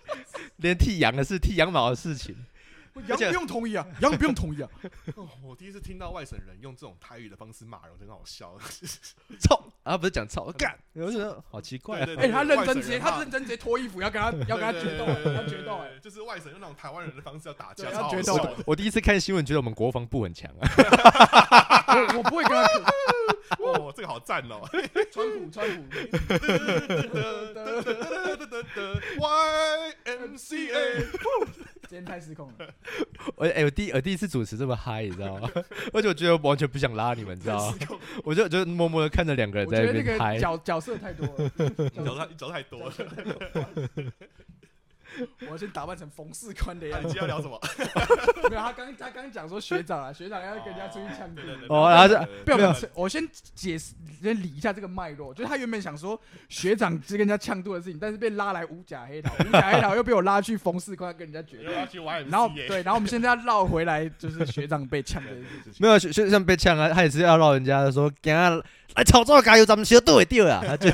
Speaker 1: 连剃羊的事、剃羊毛的事情，而
Speaker 2: 杨
Speaker 1: 且
Speaker 2: 不用同意啊，杨不用同意啊，
Speaker 3: 哦我第一次听到外省人用这种台语的方式骂人，真好笑。
Speaker 1: 操啊，不是讲操干，我就觉得好奇怪啊。
Speaker 3: 对
Speaker 2: 哎、他认真直接，
Speaker 3: 接，
Speaker 2: 他认真直接脱衣服要跟他 要跟他决斗，要决斗、哎，
Speaker 3: 就是外省用那种台湾人的方式要打架，
Speaker 2: 对
Speaker 3: 超
Speaker 2: 要
Speaker 3: 好
Speaker 2: 决斗
Speaker 3: 笑的。
Speaker 1: 我第一次看新闻，觉得我们国防部很强啊。
Speaker 2: 啊我我不会跟他客
Speaker 3: 哦，这个好赞哦！
Speaker 2: 气，川普川普，
Speaker 3: Y M C A，
Speaker 2: 今天太失控了。
Speaker 1: 我哎、我第我第一次主持这么嗨，你知道吗？ 而且我觉得我完全不想拉你们，你知道吗？我就就默默的看着两个人
Speaker 2: 我
Speaker 1: 在
Speaker 2: 觉
Speaker 1: 那
Speaker 2: 得那
Speaker 1: 边嗨
Speaker 2: 个。角角色太多了，
Speaker 3: 你找太你找太多了。
Speaker 2: 我要先打扮成冯世宽的
Speaker 3: 那
Speaker 2: 样
Speaker 3: 你
Speaker 2: 子。
Speaker 3: 今天要聊什么？
Speaker 2: 没有，他刚他刚讲说学长啊，学长 要跟人家出去呛啊
Speaker 3: 对
Speaker 2: 你。
Speaker 3: 对对
Speaker 1: 哦然后就
Speaker 3: 对对对
Speaker 2: 不要不
Speaker 1: 没有
Speaker 2: 要，我先解释，先理一下这个脉络。就是他原本想说学长是跟人家呛度的事情，但是被拉来五甲黑桃，五甲黑桃又被我拉去冯世宽跟人家决
Speaker 3: 你
Speaker 2: 斗
Speaker 3: 又。要去 Y M
Speaker 2: 然后
Speaker 3: C A，
Speaker 2: 对，然后我们现在要绕回来， 就是学长被呛的事情。
Speaker 1: 没有，就像被呛啊，他也是要让人家说，给他来炒作加油，咱们学对掉啊。他就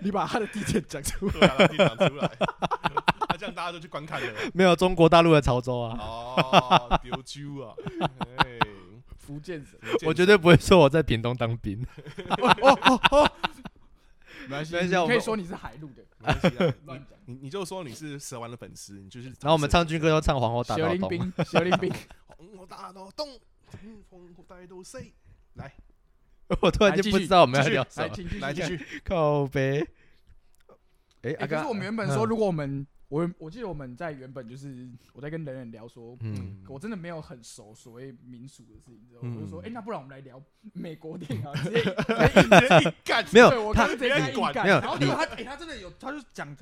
Speaker 2: 你把他的地点讲出来。
Speaker 3: 对啊，地长出来， 那这样大家都去观看了。
Speaker 1: 没有中国大陆的潮州啊，
Speaker 3: 哦，丢猪 啊！哎
Speaker 2: 福建省，
Speaker 1: 我绝对不会说我在屏东当兵。
Speaker 2: 没关系，
Speaker 1: 没关
Speaker 2: 你
Speaker 1: 系啊我
Speaker 2: 可
Speaker 1: 们
Speaker 2: 以说你是海陆的，
Speaker 3: 没关系啊
Speaker 2: 乱 讲。
Speaker 3: 你你就说你是蛇丸的粉丝，你就是。
Speaker 1: 然后我们唱军歌都唱皇后大
Speaker 2: 蛇
Speaker 1: 道
Speaker 2: 林
Speaker 1: 东，
Speaker 2: 兵，蛇林兵，
Speaker 3: 红火大道东，红火大道西。
Speaker 1: 我突然
Speaker 2: 来
Speaker 1: 就
Speaker 2: 继
Speaker 1: 不
Speaker 2: 续
Speaker 1: 知 道我们要
Speaker 2: 继续
Speaker 1: 聊什
Speaker 2: 来，
Speaker 1: 么。
Speaker 2: 请继续
Speaker 3: 来继续，
Speaker 1: 靠呗。哎，
Speaker 2: 欸、
Speaker 1: 阿
Speaker 2: 可是
Speaker 1: 刚
Speaker 2: 我们原本说，
Speaker 1: 嗯
Speaker 2: 如果我们、我我记得我们在原本就是我在跟冷冷聊说，
Speaker 1: 嗯，
Speaker 2: 我真的没有很熟所谓民俗的事情，之后、
Speaker 1: 嗯
Speaker 2: 我就说，哎、那不然我们来聊美国 电影啊，直接直
Speaker 3: 干
Speaker 1: 没
Speaker 2: 接
Speaker 1: 有
Speaker 2: 对我
Speaker 1: 他
Speaker 2: 刚刚直接
Speaker 3: 别
Speaker 2: 跟他硬
Speaker 3: 管
Speaker 2: 干，
Speaker 1: 没有
Speaker 2: 然后结果他哎、他真的有，他就讲，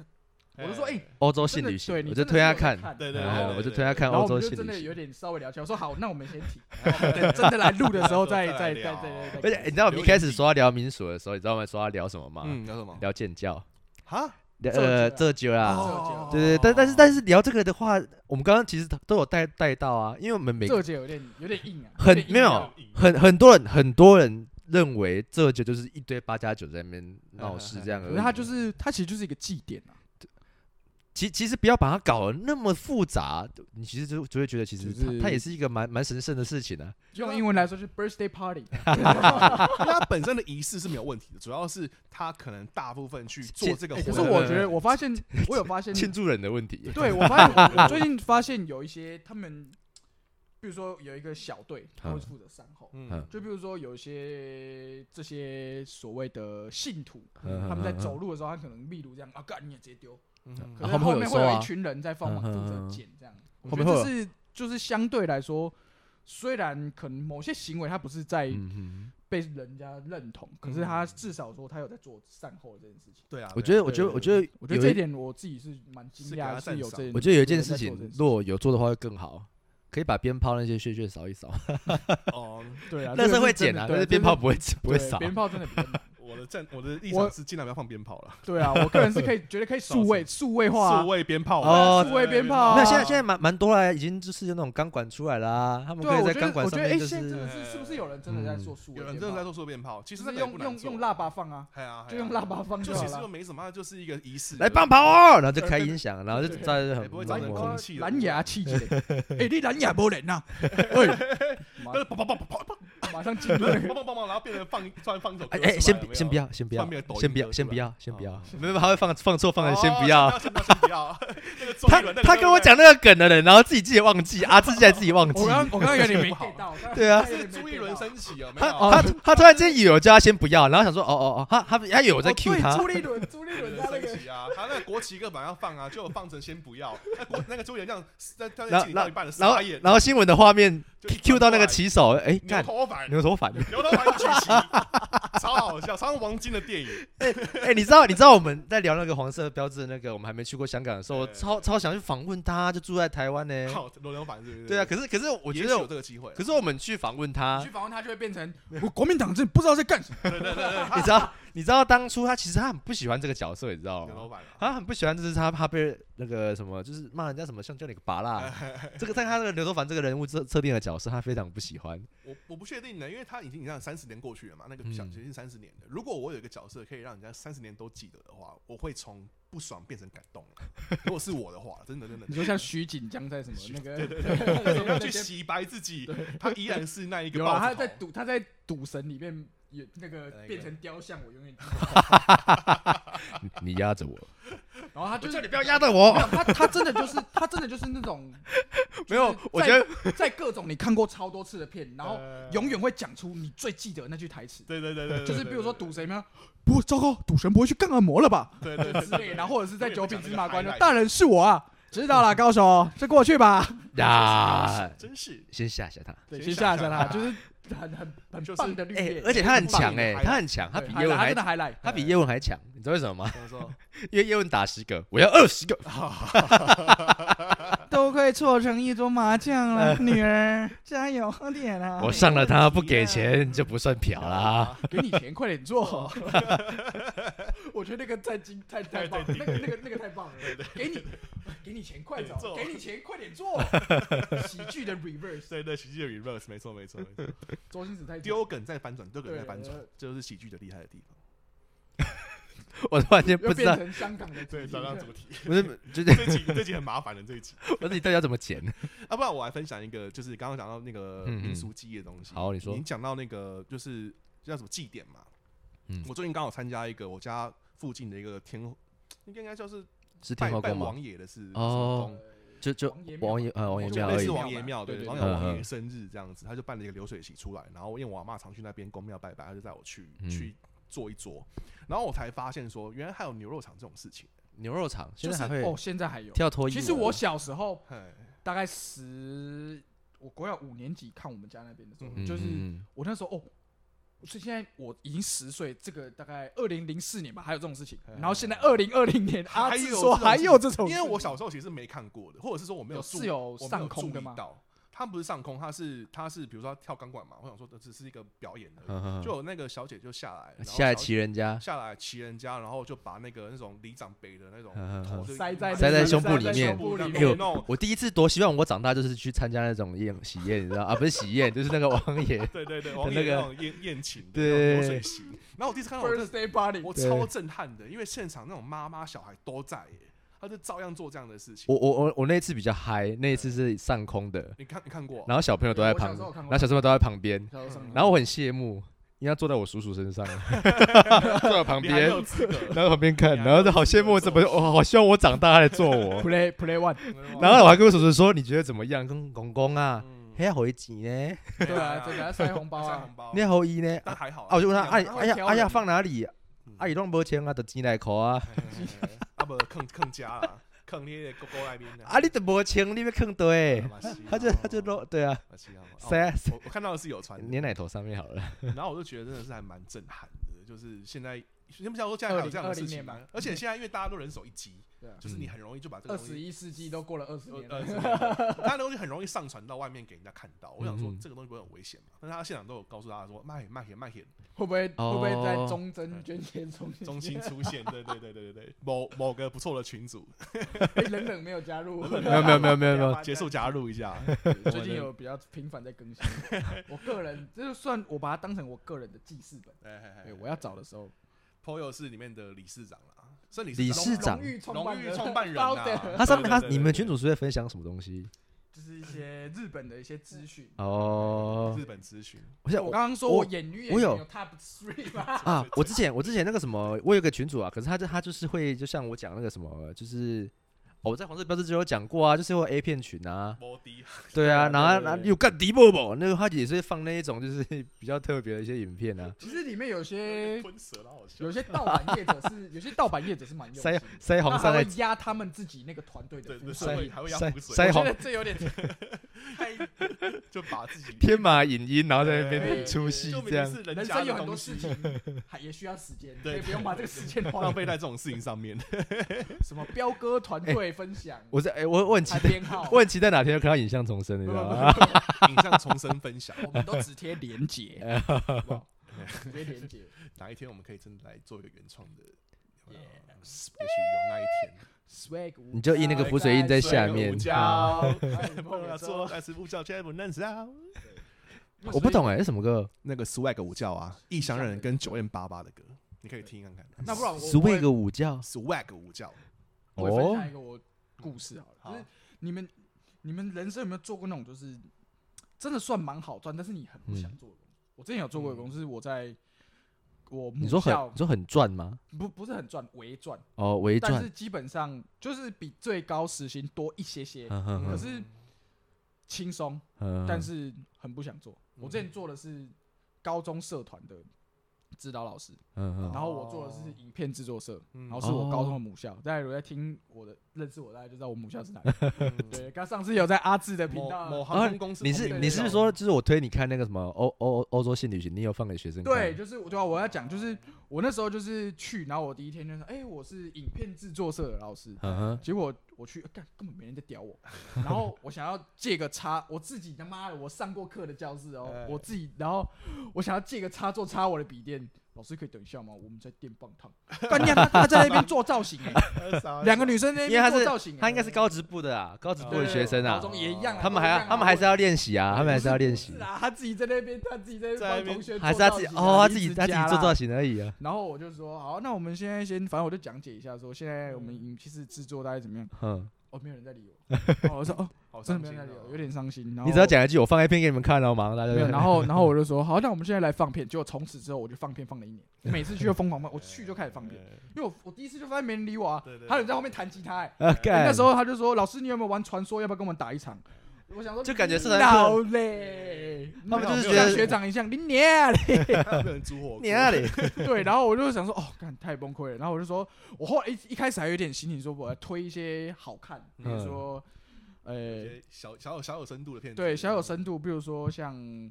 Speaker 2: 我就说，哎、
Speaker 1: 欧洲性
Speaker 2: 真的
Speaker 1: 旅行
Speaker 2: 对，你
Speaker 1: 我就
Speaker 2: 真的
Speaker 1: 推他
Speaker 2: 有在
Speaker 1: 看，
Speaker 3: 对对
Speaker 1: 对
Speaker 3: 对
Speaker 2: 然后
Speaker 3: 对
Speaker 1: 我就推他看
Speaker 2: 然后
Speaker 1: 欧
Speaker 2: 我
Speaker 1: 洲
Speaker 2: 们就
Speaker 1: 性
Speaker 2: 真
Speaker 1: 旅
Speaker 2: 的有
Speaker 1: 行。
Speaker 2: 点稍微聊起来，我说好，那我们先停，然后
Speaker 3: 哎
Speaker 2: 等真的来录的时候再
Speaker 3: 再
Speaker 2: 再
Speaker 3: 来
Speaker 2: 再
Speaker 3: 聊
Speaker 2: 再再
Speaker 1: 而且、
Speaker 2: 再
Speaker 1: 你知道我们一开始说要聊民俗的时候，你知道我们说要聊什么吗？
Speaker 3: 嗯，聊什么？
Speaker 1: 聊建教，
Speaker 3: 哈？
Speaker 1: 聊
Speaker 2: 这
Speaker 1: 呃
Speaker 2: 就
Speaker 1: 这就啦。
Speaker 2: 哦
Speaker 1: 对对，但但是但是聊这个的话，我们刚刚其实都有带带到啊，因为我们每
Speaker 2: 这节有点有点硬啊，
Speaker 1: 很
Speaker 2: 点硬
Speaker 1: 没有
Speaker 3: 哦
Speaker 2: 到
Speaker 1: 很很多人很多人认为这就就是一堆八加九在那边闹事这样而
Speaker 2: 嗯可
Speaker 1: 已。
Speaker 2: 是他就是他其实就是一个祭典啊，
Speaker 1: 其其实不要把它搞得那么复杂，你其实就就会觉得其实
Speaker 2: 就
Speaker 1: 它
Speaker 2: 是
Speaker 1: 它也是一个蛮蛮神圣的事情啊。
Speaker 2: 用英文来说是 birthday party，
Speaker 3: 因为它本身的仪式是没有问题的，主要是它可能大部分去做这个活
Speaker 2: 可
Speaker 3: 动。
Speaker 2: 是我觉得，我发现，我有发 现，
Speaker 1: 庆祝人的问题，
Speaker 2: 对我发现，我最近发现有一些他们，比如说有一个小队，他会负责善后。
Speaker 3: 嗯，
Speaker 2: 就比如说有一些这些所谓的信徒，
Speaker 1: 嗯
Speaker 2: 他们在
Speaker 1: 嗯嗯
Speaker 2: 走路的时候，他可能例如这样啊，干你也直接丢，
Speaker 3: 嗯
Speaker 2: 可是
Speaker 1: 后面
Speaker 2: 后
Speaker 1: 会有
Speaker 2: 面
Speaker 1: 收
Speaker 2: 会
Speaker 1: 啊
Speaker 2: 有一群人在帮忙
Speaker 1: 嗯嗯
Speaker 2: 负
Speaker 1: 嗯
Speaker 2: 责捡这样。
Speaker 1: 后
Speaker 2: 我觉
Speaker 1: 面
Speaker 2: 得
Speaker 1: 会
Speaker 2: 这
Speaker 1: 有
Speaker 2: 是就是相对来说，虽然可能某些行为他不是在
Speaker 4: 嗯哼，
Speaker 2: 被人家认同，可是他至少说他有在做善后这件事情。
Speaker 3: 对啊，
Speaker 4: 我
Speaker 3: 对
Speaker 4: 觉
Speaker 3: 啊
Speaker 4: 得，我觉得，我觉得，
Speaker 2: 我觉得这一，点我自己是蛮惊
Speaker 3: 是给
Speaker 2: 讶，
Speaker 3: 他
Speaker 2: 是有
Speaker 3: 赞赏
Speaker 2: 这件，
Speaker 4: 我觉得有一件
Speaker 2: 人在
Speaker 4: 事
Speaker 2: 做
Speaker 4: 情
Speaker 2: 这件，
Speaker 4: 如果有做的话会更好，可以把鞭炮那些屑屑扫一扫，
Speaker 3: 哦，
Speaker 2: 对啊，
Speaker 4: 那
Speaker 2: 这
Speaker 4: 是
Speaker 2: 个
Speaker 4: 会
Speaker 2: 真
Speaker 4: 捡
Speaker 2: 的
Speaker 4: 啊，
Speaker 2: 对
Speaker 4: 但是
Speaker 2: 这
Speaker 4: 鞭炮不会不会
Speaker 2: 对
Speaker 4: 扫。
Speaker 2: 鞭炮真的比较难。
Speaker 3: 我的站我的立
Speaker 2: 我
Speaker 3: 场是尽量不要放鞭炮了，
Speaker 2: 对啊，我个人是可以，绝对可以数位数位化啊
Speaker 3: 数，位鞭炮
Speaker 4: 哦
Speaker 2: 数位鞭炮啊
Speaker 4: 那现在现在蛮蛮多啦，已经就是有那种钢管出来啦，他们
Speaker 2: 对啊，
Speaker 4: 可以
Speaker 2: 我
Speaker 4: 在
Speaker 2: 觉
Speaker 4: 钢
Speaker 2: 得
Speaker 4: 管
Speaker 2: 我觉
Speaker 4: 上
Speaker 2: 得
Speaker 4: 面
Speaker 2: 哎，
Speaker 4: 就
Speaker 2: 现在真的
Speaker 4: 是
Speaker 2: 是是不是有人真的在做数位
Speaker 3: 嗯
Speaker 2: 鞭
Speaker 3: 有
Speaker 2: 炮？
Speaker 3: 人真的在做数位鞭炮，其实
Speaker 2: 就
Speaker 3: 那
Speaker 2: 是
Speaker 3: 个也
Speaker 2: 用
Speaker 3: 不难
Speaker 2: 用
Speaker 3: 做
Speaker 2: 用，喇叭放啊，
Speaker 3: 哎呀，
Speaker 2: 就
Speaker 3: 哎呀
Speaker 2: 用喇叭放
Speaker 3: 就
Speaker 2: 好
Speaker 3: 其实又
Speaker 2: 了。
Speaker 3: 没什么，它就是一个仪式。
Speaker 4: 来棒跑哦，然后就开音响，然后就
Speaker 2: 对
Speaker 4: 大家就很
Speaker 3: 哎不会
Speaker 2: 蓝
Speaker 3: 造成
Speaker 4: 默
Speaker 2: 牙
Speaker 4: 默
Speaker 3: 空气的
Speaker 2: 蓝牙气节，哎，你蓝牙无人呐？哎，马
Speaker 3: 呃，砰砰砰砰砰砰
Speaker 2: 马上进入那
Speaker 3: 砰
Speaker 2: 个
Speaker 3: 砰砰砰，然后变成放一突然放一首歌
Speaker 4: 哎
Speaker 3: 出来，
Speaker 4: 哎，先不先不
Speaker 3: 要，
Speaker 4: 要，先不要
Speaker 3: 上面有抖，音
Speaker 4: 先不要，
Speaker 3: 歌
Speaker 4: 先
Speaker 3: 出
Speaker 4: 不
Speaker 3: 来
Speaker 4: 要，先不
Speaker 3: 哦
Speaker 4: 要，没有，他会放放错放的，先
Speaker 3: 哦
Speaker 4: 不要。
Speaker 3: 先不要，先不要，那个周杰
Speaker 4: 他
Speaker 3: 伦
Speaker 4: 他跟我，讲那个梗的人，然后自己自己 忘记啊，自己还自己忘记
Speaker 2: 我。刚我刚刚有点没
Speaker 3: 好
Speaker 2: get 到，
Speaker 4: 对啊
Speaker 2: 我刚刚有点没 get
Speaker 3: 朱一伦
Speaker 2: 到
Speaker 3: 升起啊，没
Speaker 4: 他
Speaker 3: 有
Speaker 2: 哦
Speaker 4: 他他突然间以为我叫他先不要，然后想说哦哦哦，他他他以为我在
Speaker 2: 哦
Speaker 4: cue
Speaker 2: 对
Speaker 4: 他
Speaker 2: 朱，立伦，朱立伦他那个
Speaker 3: 升旗啊，他那个国旗歌本来要放啊，就放成先不要，那国那个周杰伦这样，在在
Speaker 4: 然
Speaker 3: 在
Speaker 4: 后
Speaker 3: 进行到一半的
Speaker 4: 然后
Speaker 3: 傻眼，
Speaker 4: 然后新闻的画面
Speaker 3: 就
Speaker 4: cue 到那个旗手，哎，
Speaker 3: 牛
Speaker 4: 干
Speaker 3: 头反，
Speaker 4: 牛头反。
Speaker 3: 牛头反举旗，超好笑，超像王晶的电影，
Speaker 4: 哎，你知道你知道我们在聊那个黄色标志的那个，我们还没去过香港的时候，我
Speaker 3: 对
Speaker 4: 超超想去访问他，就住在台湾呢。
Speaker 3: 好罗牛反是不是？
Speaker 4: 对啊，，可是可是我
Speaker 3: 我
Speaker 4: 觉
Speaker 3: 有
Speaker 4: 得，
Speaker 3: 这个机会，啊
Speaker 4: 可是我们去访问他
Speaker 2: 去，访问他就会变成我国民党这不知道在干什么。
Speaker 3: 对对对对，
Speaker 4: 你知道你知道当初他其实他很不喜欢这个角色，你知道
Speaker 3: 牛
Speaker 4: 吗
Speaker 3: 头？反啊，
Speaker 4: 他很不喜欢，就是他怕被那个什么，就是骂人家什么像叫你个拔啦。 这个在他那个刘德凡这个人物设设定的角色，他非常不喜欢。
Speaker 3: 我我不确定呢，因为他已经你像三十年过去了嘛，那个
Speaker 4: 嗯
Speaker 3: 小接近三十年的。如果我有一个角色可以让人家三十年都记得的话，我会从不爽变成感动。啊如果是我的话，真的 真的
Speaker 2: 你，说像徐锦江在什么那个？
Speaker 3: 要
Speaker 2: 那
Speaker 3: 去
Speaker 2: 些
Speaker 3: 洗白自己，他依然是那一个
Speaker 2: 有啊，
Speaker 3: 报
Speaker 2: 他在赌他在赌神里面也那个
Speaker 3: 一个
Speaker 2: 变成雕像，我永远记得。
Speaker 4: 你压着我，
Speaker 2: 然后他就是
Speaker 4: 你不要 压着我
Speaker 2: 没。有他他真的就是他真的就是那种
Speaker 4: 没有
Speaker 2: 就是，
Speaker 4: 我
Speaker 2: 在
Speaker 4: 觉得
Speaker 2: 在各种你看过超多次的片，然后永远会讲出你最记得那句台词，
Speaker 3: 呃对对对对，
Speaker 2: 就是比如说赌神吗？不，糟糕，赌神不会去干按摩了吧？
Speaker 3: 对对
Speaker 2: 之类的，然后或者是在九品芝麻官
Speaker 3: 对
Speaker 2: 的
Speaker 3: 对对
Speaker 2: 大人是我啊，知道了，高手，这过去吧。
Speaker 4: 呀，
Speaker 3: 真是
Speaker 4: 先吓吓他。
Speaker 2: 啊对，先
Speaker 3: 先
Speaker 2: 吓吓
Speaker 3: 吓吓
Speaker 2: 他，
Speaker 3: 他
Speaker 2: 就是很很
Speaker 3: 就
Speaker 2: 很
Speaker 3: 是
Speaker 2: 棒的绿
Speaker 4: 哎
Speaker 2: 叶，，
Speaker 4: 而且他很强
Speaker 3: 对
Speaker 4: 哎，他很强，他
Speaker 2: 对
Speaker 4: 比
Speaker 2: 还
Speaker 4: 叶问
Speaker 2: 他
Speaker 4: 还
Speaker 2: 真的还来，
Speaker 4: 他比叶问还强，你知道为什么吗？
Speaker 3: 怎么说？
Speaker 4: 因为叶问打十个，我要二十个。
Speaker 2: 都快搓成一桌麻将了，女儿加油，喝点啊
Speaker 4: 我上了他不给钱就不算嫖啦。
Speaker 2: 哎给你钱，快点做。 我觉得那个太精太太棒了，那个那个那个太棒了。给你给你钱，快
Speaker 3: 快点
Speaker 2: 找，
Speaker 3: 做
Speaker 2: 给你钱，快点做。喜剧的 reverse，
Speaker 3: 对对，喜剧的 reverse，没错没错，没错
Speaker 2: 周星驰太
Speaker 3: 丢梗再翻转，丢梗
Speaker 2: 对
Speaker 3: 再翻转
Speaker 2: 呃，
Speaker 3: 这就是喜剧的厉害的地方。
Speaker 4: 我突然间
Speaker 2: 又
Speaker 4: 不知
Speaker 2: 变
Speaker 4: 道，
Speaker 2: 成香港的
Speaker 3: 对，
Speaker 2: 主
Speaker 3: 咱
Speaker 2: 题
Speaker 3: 俩
Speaker 2: 了
Speaker 3: 怎么提？
Speaker 4: 不是，就是
Speaker 3: 这集这集很麻烦的这一集。
Speaker 4: 我自己到底要怎么剪？
Speaker 3: 啊，不然我来分享一个，就是刚刚讲到那个
Speaker 4: 嗯嗯
Speaker 3: 民俗记忆的东西。
Speaker 4: 好你说
Speaker 3: 你讲到那个就是叫什么祭典嘛？
Speaker 4: 嗯
Speaker 3: 我最近刚好参加一个我家附近的一个天后，应该叫是
Speaker 4: 是天
Speaker 3: 拜
Speaker 4: 后
Speaker 3: 拜
Speaker 4: 宫吗？
Speaker 3: 王爷的是什
Speaker 4: 哦
Speaker 3: 么
Speaker 2: 呃
Speaker 3: 宫？
Speaker 4: 就就
Speaker 2: 王爷庙
Speaker 4: 王爷呃王爷
Speaker 2: 就
Speaker 4: 庙
Speaker 3: 类
Speaker 4: 而已
Speaker 3: 似
Speaker 2: 王。
Speaker 3: 王爷庙，
Speaker 2: 对
Speaker 3: 对，
Speaker 2: 对
Speaker 3: 王
Speaker 4: 对
Speaker 3: 爷王
Speaker 4: 嗯
Speaker 3: 爷
Speaker 4: 嗯
Speaker 3: 生日这样子，他就办了一个流水席出来，然后因为我阿妈常去那边宫庙拜拜，他就带我去
Speaker 4: 嗯
Speaker 3: 去坐一桌，然后我才发现说，原来还有牛肉场这种事情。
Speaker 4: 牛肉肠现
Speaker 2: 就
Speaker 4: 在
Speaker 2: 是
Speaker 4: 还会
Speaker 2: 哦，现在还有。
Speaker 4: 跳脱衣舞啊
Speaker 2: 其
Speaker 4: 了。
Speaker 2: 实我小时候
Speaker 3: 嘿
Speaker 2: 大概十，我国小五年级看我们家那边的时候，
Speaker 3: 嗯
Speaker 2: 就是
Speaker 4: 嗯
Speaker 2: 我那时候哦，所以现在我已经十岁，这个大概二零零四年吧，还有这种事情。
Speaker 3: 哎
Speaker 2: 然后现在二零二零年，阿
Speaker 3: 还
Speaker 2: 志
Speaker 3: 有
Speaker 2: 说
Speaker 3: 这种
Speaker 2: 还
Speaker 3: 事
Speaker 2: 有这种事，
Speaker 3: 因为我小时候其实没看过的，或者是说我没
Speaker 2: 有
Speaker 3: 注
Speaker 2: 是有
Speaker 3: 我没
Speaker 2: 上
Speaker 3: 有
Speaker 2: 空
Speaker 3: 注
Speaker 2: 的
Speaker 3: 意
Speaker 2: 吗？
Speaker 3: 到，他不是上空，他是他是比如说他跳钢管嘛，我想说这只是一个表演而已，
Speaker 4: 嗯，
Speaker 3: 就有那个小姐就下来，然后
Speaker 4: 下来
Speaker 3: 小
Speaker 4: 骑人家，
Speaker 3: 下来骑人家，然后就把那个那种里长北的那种
Speaker 4: 嗯嗯嗯
Speaker 3: 头就
Speaker 2: 塞在
Speaker 4: 塞在
Speaker 2: 那个
Speaker 4: 胸部
Speaker 2: 塞
Speaker 4: 里
Speaker 2: 在
Speaker 4: 面
Speaker 2: 胸部里
Speaker 4: 哎呦
Speaker 2: 面，
Speaker 3: 弄，
Speaker 4: 我第一次多希望我长大就是去参加那种宴喜宴，你知道啊？不是喜宴，就是那个王爷
Speaker 3: 对对对，王
Speaker 4: 那
Speaker 3: 爷
Speaker 4: 个
Speaker 3: 那种宴宴请的
Speaker 4: 对
Speaker 3: 那种流水席。然后我第一次看到我真的
Speaker 2: birthday party，
Speaker 3: 我
Speaker 4: 对
Speaker 3: 超震撼的，因为现场那种妈妈小孩都在耶，他就照样做这样的事情。
Speaker 4: 我我我我那一次比较嗨，那一次是上空的，
Speaker 3: 你看你看过？
Speaker 4: 然后小朋友都在旁，
Speaker 2: 我小时候有看
Speaker 4: 然
Speaker 2: 过嗯
Speaker 4: 后小朋友都在旁边，
Speaker 2: 小时候上面
Speaker 4: 然后我很羡慕，因为他坐在我叔 叔身上，坐在我旁
Speaker 3: 你还没
Speaker 4: 边，
Speaker 3: 有资格。
Speaker 4: 然后旁边看，
Speaker 3: 你还
Speaker 4: 然后就好羡慕，我怎么我好希望我长大他来 做我。
Speaker 2: play play one，
Speaker 4: 然后我还跟我叔叔说，你觉得怎么样？跟公公啊，
Speaker 3: 嗯
Speaker 4: 还要回几呢？
Speaker 2: 对啊，这给他塞红包
Speaker 3: 塞
Speaker 2: 啊
Speaker 3: 红，包
Speaker 4: 你，要回一呢？
Speaker 3: 但还好
Speaker 4: 哦啊，我就问他，哎
Speaker 2: 他会
Speaker 4: 哎呀
Speaker 2: 挑
Speaker 4: 哎呀，
Speaker 2: 人嗯
Speaker 4: 放哪里？阿姨弄没钱啊，就钱来扣啊。
Speaker 3: 啊不，坑坑家啦，坑你的狗狗那边的。
Speaker 4: 啊，你都没钱，你要坑对，啊他就他就
Speaker 3: 弄，
Speaker 4: 弄对啊，
Speaker 3: 马西啊
Speaker 4: 塞啊塞
Speaker 3: 我我看到的是有传的，
Speaker 4: 粘奶头上面好了，
Speaker 3: 然后我就觉得真的是还蛮震撼的，就是现在，先不讲说现在还有这样的事
Speaker 2: 2020
Speaker 3: 情
Speaker 2: 年
Speaker 3: 嘛
Speaker 2: 吧，
Speaker 3: 而且现在因为大家都人手一机，
Speaker 2: 对啊
Speaker 3: 就是你很容易就把这个
Speaker 2: 二
Speaker 3: 东西
Speaker 2: 十一世纪都过了二十年
Speaker 3: 呃，
Speaker 2: 了，
Speaker 3: 呃他的东西很容易上传到外面给人家看到。我想说
Speaker 4: 嗯
Speaker 3: 这个东西不会很危险嘛？但是他现场都有告诉大家说卖卖血卖血，
Speaker 2: 会不会会不会在
Speaker 4: 哦
Speaker 2: 忠贞捐钱中间
Speaker 3: 中心出现，对对对对对对，某某个不错的群组，
Speaker 2: 哎冷冷没有加 入，
Speaker 4: 没有没有没有没有没有，
Speaker 3: 结束加入一下。
Speaker 2: 最近有比较频繁在 更新。我个人就是算我把它当成我个人的记事本，
Speaker 3: 哎哎
Speaker 2: 对，我要找的时候，
Speaker 3: Poyo 是里面的理事长啦，算理
Speaker 4: 理
Speaker 3: 事
Speaker 4: 事长
Speaker 2: 哎荣誉创
Speaker 3: 荣
Speaker 2: 办
Speaker 3: 誉
Speaker 2: 人
Speaker 3: 创办 人
Speaker 2: 包
Speaker 3: 啦
Speaker 2: 的。
Speaker 4: 他上
Speaker 3: 对对
Speaker 4: 他
Speaker 3: 对对
Speaker 4: 你们
Speaker 3: 对
Speaker 4: 群主是会分享什么东西？
Speaker 2: 就是一些日本的一些资讯。
Speaker 4: 哦，
Speaker 3: 日本咨询，
Speaker 4: 我想
Speaker 2: 我
Speaker 4: 我
Speaker 2: 刚刚说
Speaker 4: 我
Speaker 2: 我演女演
Speaker 4: 我
Speaker 2: 员
Speaker 4: 有
Speaker 2: 有 top three 吧？
Speaker 4: 啊，我之前我之前那个什么，我有个群主啊，可是他就他就是会，就像我讲那个什么，就是、哦我在黄色标志就有讲过啊，就是会有 A 片群啊，
Speaker 3: 摩迪
Speaker 4: 对啊，
Speaker 2: 对
Speaker 4: 然后
Speaker 2: 对
Speaker 4: 然后
Speaker 2: 对
Speaker 4: 有干迪波波，那个他也是会放那一种就是 比较特别的一些影片啊，
Speaker 2: 其实里面有 些
Speaker 3: 喷蛇了，好笑
Speaker 2: 有。些盗版业者是有些盗版业者是蛮用心
Speaker 4: 腮
Speaker 2: 的，
Speaker 4: 腮红
Speaker 2: 他
Speaker 4: 上
Speaker 2: 还
Speaker 4: 来
Speaker 2: 会压他们自己那个团队的
Speaker 3: 对
Speaker 2: 服
Speaker 3: 对，
Speaker 2: 饰
Speaker 3: 还会还会压
Speaker 4: 腮
Speaker 3: 湖水，
Speaker 4: 腮
Speaker 2: 我觉得
Speaker 4: 红
Speaker 2: 这有点 太
Speaker 3: 就把自己
Speaker 4: 天马影音，然后在那
Speaker 2: 对对
Speaker 4: 边出
Speaker 2: 对
Speaker 4: 戏
Speaker 3: 就明
Speaker 4: 这
Speaker 3: 明
Speaker 4: 样，
Speaker 3: 是人
Speaker 2: 人
Speaker 3: 家
Speaker 2: 生有
Speaker 3: 的
Speaker 2: 很多
Speaker 3: 东
Speaker 2: 事
Speaker 3: 西，
Speaker 2: 情，还也需要时间，
Speaker 3: 对
Speaker 2: 所以不用把这个时间花
Speaker 3: 浪
Speaker 2: 了
Speaker 3: 费在这种事情上 面。
Speaker 2: 什么彪哥团队分享，
Speaker 4: 我在哎、我我很期
Speaker 2: 还
Speaker 4: 待，
Speaker 2: 编号，
Speaker 4: 我很期待哪天要看到影像重生，你
Speaker 2: 不
Speaker 4: 知
Speaker 2: 不
Speaker 4: 道
Speaker 2: 不
Speaker 4: 吗？
Speaker 2: 不不
Speaker 3: 影像重生分享，
Speaker 2: 我们都只贴连结，好不好直接连结，
Speaker 3: 哪一天我们可以真的来做一个原创的？有没有也许有那一天。
Speaker 2: swag 无
Speaker 4: 你就印那个
Speaker 2: 价
Speaker 4: 浮水印在下面
Speaker 3: 无
Speaker 2: 交
Speaker 3: 胶，
Speaker 2: 还有梦
Speaker 3: 要
Speaker 2: 游
Speaker 3: 做
Speaker 2: 中
Speaker 3: 爱吃不教，现在不认识啊。
Speaker 4: 我不懂哎、这什么歌
Speaker 3: 那个 swag 午觉啊，异乡人跟九 N 八八的歌，你可以听看看。
Speaker 2: 那不然我
Speaker 4: 十
Speaker 2: 我
Speaker 4: 位
Speaker 2: 也
Speaker 4: 个午觉
Speaker 3: swag 午觉，
Speaker 2: 我也分
Speaker 4: 哦
Speaker 2: 享一个我故事好了，
Speaker 3: 好
Speaker 2: 就是你们你们人生有没有做过那种就是真的算蛮好赚，但是你很不
Speaker 4: 嗯
Speaker 2: 想做的东西？我之前有做过一个公司，我在我母
Speaker 4: 你说很
Speaker 2: 校
Speaker 4: 你说很赚吗？
Speaker 2: 不不是很赚，微赚，
Speaker 4: 哦，微
Speaker 2: 但
Speaker 4: 赚
Speaker 2: 是，基本上就是比最高时薪多一些些，
Speaker 4: 嗯哼
Speaker 2: 可
Speaker 4: 哼
Speaker 2: 是轻松，
Speaker 4: 嗯
Speaker 2: 但是很不想做。我之前
Speaker 3: 嗯
Speaker 2: 做的是高中社团的指导老师，
Speaker 4: 嗯哼
Speaker 2: 然后我做的是影片制作社，
Speaker 3: 哦嗯
Speaker 2: 然后是我高中的
Speaker 4: 哦
Speaker 2: 母校。大家有在听我的认识我，大家就知道我母校是哪里。
Speaker 3: 对，
Speaker 2: 对，刚上次有在阿志的频
Speaker 3: 某某
Speaker 2: 道，
Speaker 3: 航空公司同
Speaker 4: 你
Speaker 3: 名
Speaker 4: 是
Speaker 3: 的
Speaker 2: 对
Speaker 3: 校，
Speaker 4: 你是不是说，就是我推你看那个什么欧欧欧洲性旅行，你有放给学生看？
Speaker 2: 对，，就是我对啊，我要讲就是我那时候就是去，然后我第一天就说，哎，我是影片制作社的老师。
Speaker 4: 嗯哼，
Speaker 2: 结果我去，干根本没人在屌我，然后我想要借个插，我自己他妈的我上过课的教室哦
Speaker 3: 哎，
Speaker 2: 我自己，然后我想要借个插座插我的笔电，老师可以等一下吗？我们在电棒 烫，干你啊他他在那边做造型哎， 两个女生在那
Speaker 4: 欸因为
Speaker 2: 边
Speaker 4: 他
Speaker 2: 做
Speaker 4: 是
Speaker 2: 造型欸，
Speaker 4: 他应该是高职部的啊，高职部
Speaker 2: 对
Speaker 4: 的学生啊
Speaker 2: 高，中也一样啊，
Speaker 4: 他们
Speaker 2: 都一
Speaker 4: 还要
Speaker 2: 样啊
Speaker 4: 他们还是要练习啊，他们还是要练习
Speaker 2: 是，啊，他自己在那边，他自己在那
Speaker 3: 在
Speaker 2: 边
Speaker 3: 那
Speaker 2: 帮
Speaker 3: 边
Speaker 2: 同学做
Speaker 4: 还是他自己
Speaker 2: 造型啊
Speaker 4: 哦，他
Speaker 2: 离
Speaker 4: 自己
Speaker 2: 职
Speaker 4: 他自
Speaker 2: 家
Speaker 4: 己做
Speaker 2: 啦
Speaker 4: 造型而已啊，
Speaker 2: 然后我就说好，那我们现在先，反正我就讲解一下，说现在我们影片是制作大概怎么样。
Speaker 4: 嗯，
Speaker 2: 哦，没有人在理 我，然后我说哦，
Speaker 3: 好
Speaker 2: 真的
Speaker 3: 伤
Speaker 2: 没有
Speaker 3: 心
Speaker 2: 人在理
Speaker 3: 哦
Speaker 2: 我，有点伤心。然后
Speaker 4: 你只要讲一句，我放 A 片给你们看哦，马上大家
Speaker 2: 没
Speaker 4: 就
Speaker 2: 有，然 后然后我就说好，那我们现在来放片。结果从此之后我就放片放了一年，每次去就疯狂 放，我去就开始放片，因为我我第一次就发现没人理我啊
Speaker 3: 对对，对
Speaker 2: 还有人在后面弹吉他欸。
Speaker 4: 啊，干，
Speaker 2: 那时候他就说老师你有没有玩传说，要不要跟我们打一场？我想说
Speaker 4: 就感觉社团课
Speaker 2: 老嘞，
Speaker 4: 他们就
Speaker 2: 你
Speaker 4: 是觉
Speaker 2: 像
Speaker 4: 得
Speaker 2: 学长一样，你 娘嘞。
Speaker 3: 没有人租火锅，
Speaker 4: 你那里，
Speaker 2: 对，然后我就想说，哦，干太崩溃了。然后我就说，我后来一一开始还有点心情，说我要推一些好看，比如
Speaker 4: 嗯
Speaker 2: 说，呃、
Speaker 3: 有些小小有小有深度的片子，
Speaker 2: 对，小有深度，比如说像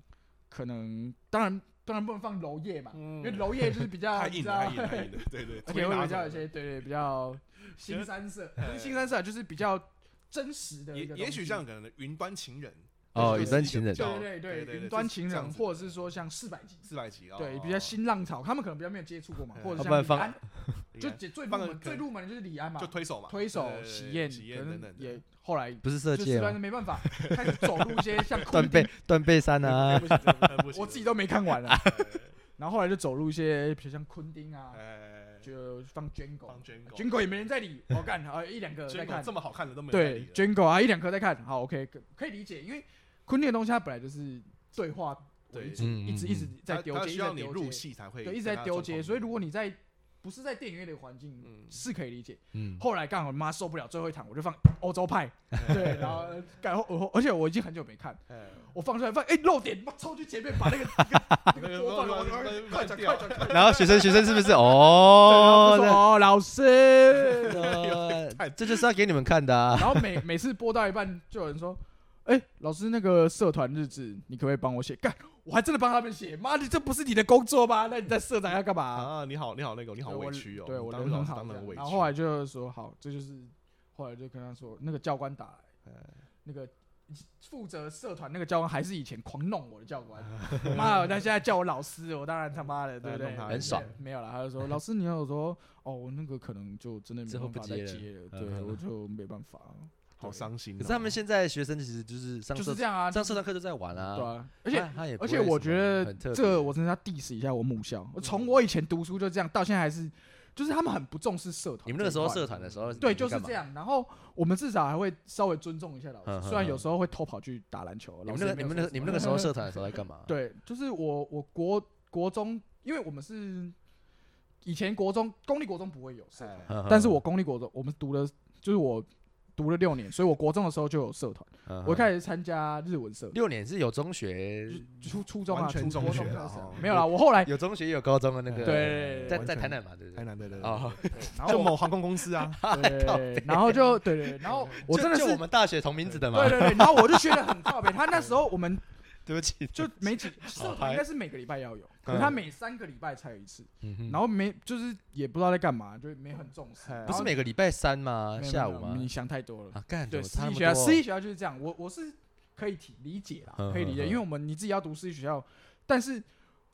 Speaker 2: 可能，当然当然不能放娄烨嘛，因为
Speaker 3: 嗯，
Speaker 2: 娄�ä�就是比较
Speaker 3: 太
Speaker 2: 你
Speaker 3: 硬
Speaker 2: 知
Speaker 3: 了，太
Speaker 2: 道
Speaker 3: 硬，了，太硬了，对对，
Speaker 2: 而且会
Speaker 3: 推拿
Speaker 2: 比较
Speaker 3: 走
Speaker 2: 有一些对对比较新三色，不是新三色啊，就是比较真实的一
Speaker 3: 也
Speaker 2: 个东西，
Speaker 3: 也许像可能云端情人
Speaker 4: 哦
Speaker 3: 就是
Speaker 4: 云端情人
Speaker 3: 一个比较
Speaker 2: 对对对，
Speaker 3: 对，
Speaker 2: 云端情
Speaker 3: 这样
Speaker 2: 人，
Speaker 3: 子
Speaker 2: 或者是说像四百集。
Speaker 3: 四百集啊，
Speaker 2: 对，比较新浪潮，他们可能比较没有接触过嘛，或者
Speaker 4: 要
Speaker 2: 像
Speaker 4: 不然
Speaker 2: 李
Speaker 4: 放
Speaker 2: 安
Speaker 3: 哦，
Speaker 2: 就
Speaker 3: 应该
Speaker 2: 最最入
Speaker 3: 放个
Speaker 2: 门
Speaker 3: 可
Speaker 2: 最入门的就是李安嘛，
Speaker 3: 就推手嘛，
Speaker 2: 推手
Speaker 3: 对对对
Speaker 2: 喜宴，
Speaker 3: 喜
Speaker 2: 可
Speaker 3: 宴
Speaker 2: 能
Speaker 3: 等等的
Speaker 2: 也后来
Speaker 4: 不是色
Speaker 2: 就
Speaker 4: 戒
Speaker 2: 实在
Speaker 4: 吗
Speaker 2: 是？没办法，开始走入一些 像库
Speaker 4: 断背
Speaker 2: 丁，
Speaker 4: 断背山 啊，
Speaker 3: 不行真的不行
Speaker 2: 我自己都没看完啊。然后后来就走入一些，比如像昆汀啊，
Speaker 3: 哎，
Speaker 2: 就放 Django
Speaker 3: 帮。捐狗，
Speaker 2: Django 也没人在理，我干，啊一两个在
Speaker 3: 捐狗
Speaker 2: 看
Speaker 3: 这，么好看的都没有人理
Speaker 2: 对
Speaker 3: 了
Speaker 2: Django 啊一两个在看，好 OK 可可以理解，因为昆汀的东西它本来就是对话为
Speaker 3: 对
Speaker 2: 主，
Speaker 4: 嗯
Speaker 2: 一直
Speaker 4: 嗯
Speaker 2: 一直在
Speaker 3: 他
Speaker 2: 丢
Speaker 3: 他
Speaker 2: 接，一
Speaker 3: 需
Speaker 2: 直在
Speaker 3: 要你
Speaker 2: 丢
Speaker 3: 入
Speaker 2: 接，
Speaker 3: 戏才会
Speaker 2: 对，一直在丢接，所以如果
Speaker 3: 你
Speaker 2: 你在不是在电影院的环境、
Speaker 3: 嗯
Speaker 2: 是可以理解。
Speaker 4: 嗯，
Speaker 2: 后来刚好妈受不了最后一场，我就放欧洲 派，对，然后然后我而且我已经很久没看，我放出来放，哎、漏点，妈冲去前面把那个那个播放了，我快转快转快转，
Speaker 4: 然后学生学 生是不是哦？
Speaker 2: 对然后就说哦老 师，
Speaker 4: 呃这就是要给你们看的啊。
Speaker 2: 然后每每次播到一半就有人说，哎、老师那个社团日志你可不可以帮我写？干，我还真的帮他们写，妈的这不是你的工作吗？那你在社长要干嘛、
Speaker 3: 啊，你好，你好，那个你好
Speaker 2: 对
Speaker 3: 委
Speaker 2: 我
Speaker 3: 屈哦，
Speaker 2: 对
Speaker 3: 你
Speaker 2: 我
Speaker 3: 当
Speaker 2: 人
Speaker 3: 老
Speaker 2: 很
Speaker 3: 师
Speaker 2: 好
Speaker 3: 当
Speaker 2: 这
Speaker 3: 然
Speaker 2: 样，
Speaker 3: 委屈。
Speaker 2: 然后后来就说好，这就是后来就跟他说，那个教官打
Speaker 3: 哎
Speaker 2: 来，那个负责社团那个教官还是以前狂弄我的教官，妈的，他现在叫我老师，我当然他妈的对不对？
Speaker 3: 弄他
Speaker 4: 很爽。
Speaker 2: 没有了，他就说老师你要我说 哦，我那个可能就真的
Speaker 4: 之后
Speaker 2: 没
Speaker 4: 不
Speaker 2: 办法再
Speaker 4: 接了
Speaker 2: 接了，
Speaker 4: 嗯
Speaker 2: 对
Speaker 4: 嗯
Speaker 2: 我就没办法，
Speaker 3: 好伤心哦。
Speaker 4: 可是他们现在学生其实就是上
Speaker 2: 就是
Speaker 4: 社
Speaker 2: 这样啊，
Speaker 4: 上社团课就在玩
Speaker 2: 对
Speaker 4: 啊，
Speaker 2: 啊，而且
Speaker 4: 他他也不
Speaker 2: 而
Speaker 4: 会
Speaker 2: 且我
Speaker 4: 什么
Speaker 2: 觉得
Speaker 4: 很特
Speaker 2: 这
Speaker 4: 别嗯
Speaker 2: 个我真的要 diss 一下我母校，我从我以前读书就这样，到现在还是，就是他们很不重视社团这一块。
Speaker 4: 你们那个时候社团的时候，
Speaker 2: 对，
Speaker 4: 你
Speaker 2: 就是
Speaker 4: 干嘛
Speaker 2: 这。样。然后我们至少还会稍微尊重一下老
Speaker 4: 嗯嗯
Speaker 2: 师，虽然
Speaker 4: 嗯
Speaker 2: 有时候会偷跑去打篮球。
Speaker 4: 你
Speaker 2: 老
Speaker 4: 们
Speaker 2: 师
Speaker 4: 那
Speaker 2: 也
Speaker 4: 个
Speaker 2: 没
Speaker 4: 你
Speaker 2: 有
Speaker 4: 们
Speaker 2: 说什么
Speaker 4: 那个你们那个时候社团的时候在干嘛？，
Speaker 2: 对，就是我我国国中，因为我们是以前国中公立国中不会有社
Speaker 4: 哎
Speaker 2: 团，
Speaker 4: 嗯
Speaker 2: 但是我公立国中我们读的就是我读了六年，所以我国中的时候就有社团，我一
Speaker 4: 始
Speaker 2: 开始参加日文社，
Speaker 4: 六年是有 中学，
Speaker 2: 初初中啊，
Speaker 3: 完全
Speaker 2: 初
Speaker 3: 中
Speaker 2: 国
Speaker 3: 学
Speaker 2: 中
Speaker 3: 了
Speaker 2: 开始
Speaker 3: 哦
Speaker 2: 没有啦，我 后来
Speaker 4: 有中学也有高中的那个，
Speaker 2: 对
Speaker 4: 在
Speaker 2: 完
Speaker 4: 在
Speaker 3: 全
Speaker 4: 台南嘛，对不
Speaker 3: 台
Speaker 4: 对？
Speaker 3: 南的
Speaker 4: 哦，
Speaker 2: 然
Speaker 3: 就
Speaker 2: 后
Speaker 3: 某航空公司啊，
Speaker 2: 我对，然后就对对，对然后我
Speaker 4: 就
Speaker 2: 真的
Speaker 4: 就是我们大学同名字的嘛
Speaker 2: 对，对对，然后我就觉得很靠北。他那时候我们
Speaker 4: 对不起，
Speaker 2: 就每几社团应该是每个礼拜要
Speaker 4: 嗯
Speaker 2: 有，可是他每三个礼拜才有一次，
Speaker 4: 然
Speaker 2: 然后没就是也不知道在干嘛，就没很重视
Speaker 3: 哎。
Speaker 4: 不是每个礼拜三吗？
Speaker 2: 然后没有
Speaker 4: 下
Speaker 2: 没
Speaker 4: 午
Speaker 2: 有
Speaker 4: 吗？
Speaker 2: 你想太多了。
Speaker 4: 啊，干，
Speaker 2: 对，
Speaker 4: 怎么
Speaker 2: 私
Speaker 4: 差那
Speaker 2: 立
Speaker 4: 么
Speaker 2: 学校，
Speaker 4: 多
Speaker 2: 私立学校就是这样。我我是可以体理解啦，
Speaker 4: 嗯
Speaker 2: 可以理解，
Speaker 4: 嗯嗯
Speaker 2: 因为我们你自己要读私立学校，但是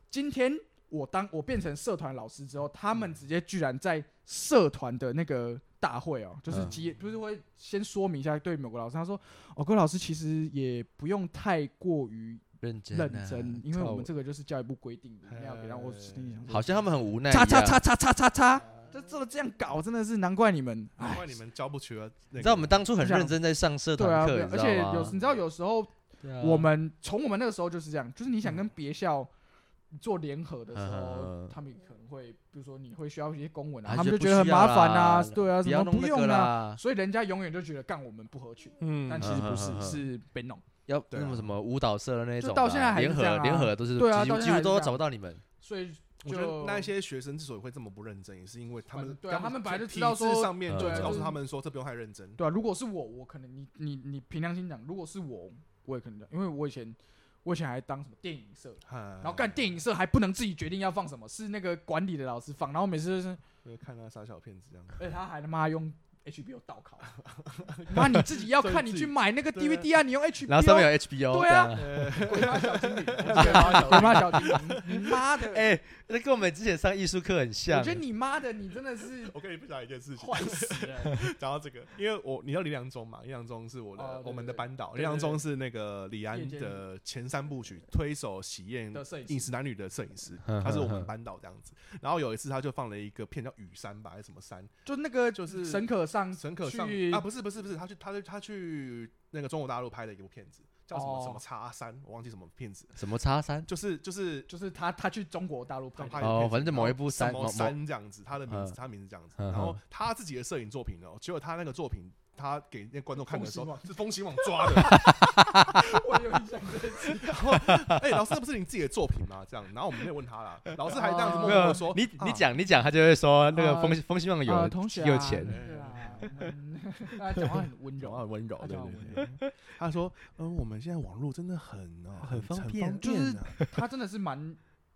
Speaker 2: 今天我当我变成社团老师之后，他们直接居然在社团的那个大会哦、就是
Speaker 4: 嗯
Speaker 2: 集，不是会先说明一下对某个老师，他说哦，各位老师其实也不用太过于
Speaker 4: 认真啊
Speaker 2: 认真，因为
Speaker 4: 靠
Speaker 2: 我们这个就是教育部规定的，一定要给他。我
Speaker 3: 哎
Speaker 2: 心里想说，
Speaker 4: 好像他们很无奈一
Speaker 2: 叉
Speaker 4: 样，
Speaker 2: 叉叉叉叉叉叉，这这这样搞真的是难怪你们，
Speaker 3: 难
Speaker 2: 哎，
Speaker 3: 怪你们教不出来那个。
Speaker 4: 你知道我们当初很
Speaker 2: 这样
Speaker 4: 认真在上社
Speaker 2: 对
Speaker 4: 团
Speaker 2: 啊，
Speaker 4: 课，
Speaker 2: 对
Speaker 4: 你
Speaker 2: 而
Speaker 4: 知道
Speaker 2: 且
Speaker 4: 吗
Speaker 2: 有时你知道有时候
Speaker 4: 对啊
Speaker 2: 我们从我们那个时候就是这样，就是你想跟别校做联合的时
Speaker 4: 嗯嗯嗯
Speaker 2: 候
Speaker 4: 嗯，
Speaker 2: 他们可能会，比如说你会需要一些公文啊，
Speaker 4: 啊
Speaker 2: 他们就
Speaker 4: 就不
Speaker 2: 觉得很
Speaker 4: 需要
Speaker 2: 麻烦啊
Speaker 4: 啦，
Speaker 2: 对啊，
Speaker 4: 不
Speaker 2: 什
Speaker 4: 要
Speaker 2: 么
Speaker 4: 弄
Speaker 2: 不
Speaker 4: 那个
Speaker 2: 用啊，
Speaker 4: 啦，
Speaker 2: 所以人家永远就觉得干我们不合群，
Speaker 3: 嗯
Speaker 2: 但其实不
Speaker 4: 嗯嗯嗯
Speaker 2: 是，
Speaker 4: 嗯
Speaker 2: 是被弄。
Speaker 4: 要
Speaker 3: 对啊
Speaker 4: 那么什么舞蹈社的那种
Speaker 2: 就
Speaker 4: 的啊，
Speaker 2: 到现在还是
Speaker 4: 联
Speaker 2: 这样
Speaker 4: 合
Speaker 2: 啊
Speaker 4: 联合都是
Speaker 2: 对啊
Speaker 4: 几
Speaker 2: 到现
Speaker 4: 乎
Speaker 2: 在
Speaker 4: 几乎
Speaker 2: 还是这
Speaker 4: 都
Speaker 2: 样
Speaker 4: 找不到你们，
Speaker 2: 所以
Speaker 3: 我觉得
Speaker 2: 就
Speaker 3: 那一些学生之所以会这么不认真，也是因为他们
Speaker 2: 对啊他们本来就知
Speaker 3: 体
Speaker 2: 道
Speaker 3: 制
Speaker 2: 说
Speaker 3: 上面就
Speaker 4: 对
Speaker 3: 告诉
Speaker 2: 就
Speaker 3: 他们说这不用太认真。
Speaker 2: 对啊，如果是我，我可能你你你凭良心讲，如果是我，我也可能讲，因为我以前我以前还当什么电影社，
Speaker 4: 啊
Speaker 3: 然
Speaker 2: 然后干电影社还不能自己决定要放什么，是那个管理的老师放，然后每次就是，
Speaker 3: 影，看那傻小骗子这样。
Speaker 2: 而且他还他妈用 HBO 倒拷，妈你自己要看你去买那个 DVD 啊，你用 HBO，
Speaker 4: 然后上面有 HBO，
Speaker 2: 对啊
Speaker 4: 这样，
Speaker 2: 鬼妈小精灵，鬼妈小精灵，你妈 的，
Speaker 4: 哎，那跟我们之前上艺术课很像，
Speaker 2: 我觉得你妈的，你真的是
Speaker 3: 我跟你分享一件事情，
Speaker 2: 坏死了，
Speaker 3: 讲到这个，因为我你知道李良忠嘛？李良忠是我的、
Speaker 2: 哦对
Speaker 3: 我们的
Speaker 2: 对对
Speaker 3: 班导，
Speaker 2: 对
Speaker 3: 李良忠是那个李安
Speaker 2: 夜间
Speaker 3: 的前三部曲《推手》《喜宴
Speaker 2: 的》摄影
Speaker 3: 《饮
Speaker 2: 师
Speaker 3: 食男女》的摄影师
Speaker 4: 哼，
Speaker 3: 他是我
Speaker 4: 哼
Speaker 3: 们
Speaker 4: 哼
Speaker 3: 班导这样子。然后有一次他就放了一个片叫《雨山》吧，还是什么山？
Speaker 2: 就那个
Speaker 3: 就是
Speaker 2: 沈可上
Speaker 3: 沈可上
Speaker 2: 去
Speaker 3: 啊，不是不是不是，他去他去他去那个中国大陆拍的一部片子，叫什么、
Speaker 2: 哦
Speaker 3: 什么叉三，我忘记什么片子，
Speaker 4: 什么叉三
Speaker 3: 就是就是
Speaker 2: 就是他他去中国大陆
Speaker 3: 他
Speaker 2: 拍
Speaker 3: 拍
Speaker 2: 的，
Speaker 3: 的
Speaker 4: 哦
Speaker 3: 片子
Speaker 4: 反正某一部山
Speaker 3: 什
Speaker 4: 某
Speaker 3: 么
Speaker 4: 某
Speaker 3: 山这样子，他的名字，
Speaker 4: 嗯
Speaker 3: 他名字这样子。
Speaker 4: 嗯
Speaker 3: 然后
Speaker 4: 嗯
Speaker 3: 他自己的摄影作品呢，结果他那个作品，他给那观众看的时
Speaker 2: 风
Speaker 3: 候
Speaker 2: 行
Speaker 3: 是风行网抓的。
Speaker 2: 我有印象这件事，
Speaker 3: 哎，老师，那不是你自己的作品吗？这样，然后我们没有问他 啦，老师还这样子
Speaker 2: 哦
Speaker 3: 默
Speaker 4: 没
Speaker 3: 默
Speaker 4: 有
Speaker 3: 地说，
Speaker 4: 你你
Speaker 2: 啊
Speaker 4: 讲你讲，他就会说那个
Speaker 2: 啊
Speaker 4: 风风希望
Speaker 2: 啊
Speaker 4: 有
Speaker 2: 同学啊
Speaker 4: 有钱，
Speaker 2: 对啊，嗯 啊讲话很温
Speaker 3: 讲
Speaker 2: 柔
Speaker 3: 话，很温柔，
Speaker 2: 他
Speaker 3: 对
Speaker 2: 讲话
Speaker 3: 对
Speaker 2: 很
Speaker 3: 对。对他说，嗯，我们现在网络真的很哦
Speaker 4: 很方
Speaker 3: 方
Speaker 4: 便
Speaker 3: 便，
Speaker 2: 就是
Speaker 3: 啊
Speaker 2: 他真的是蛮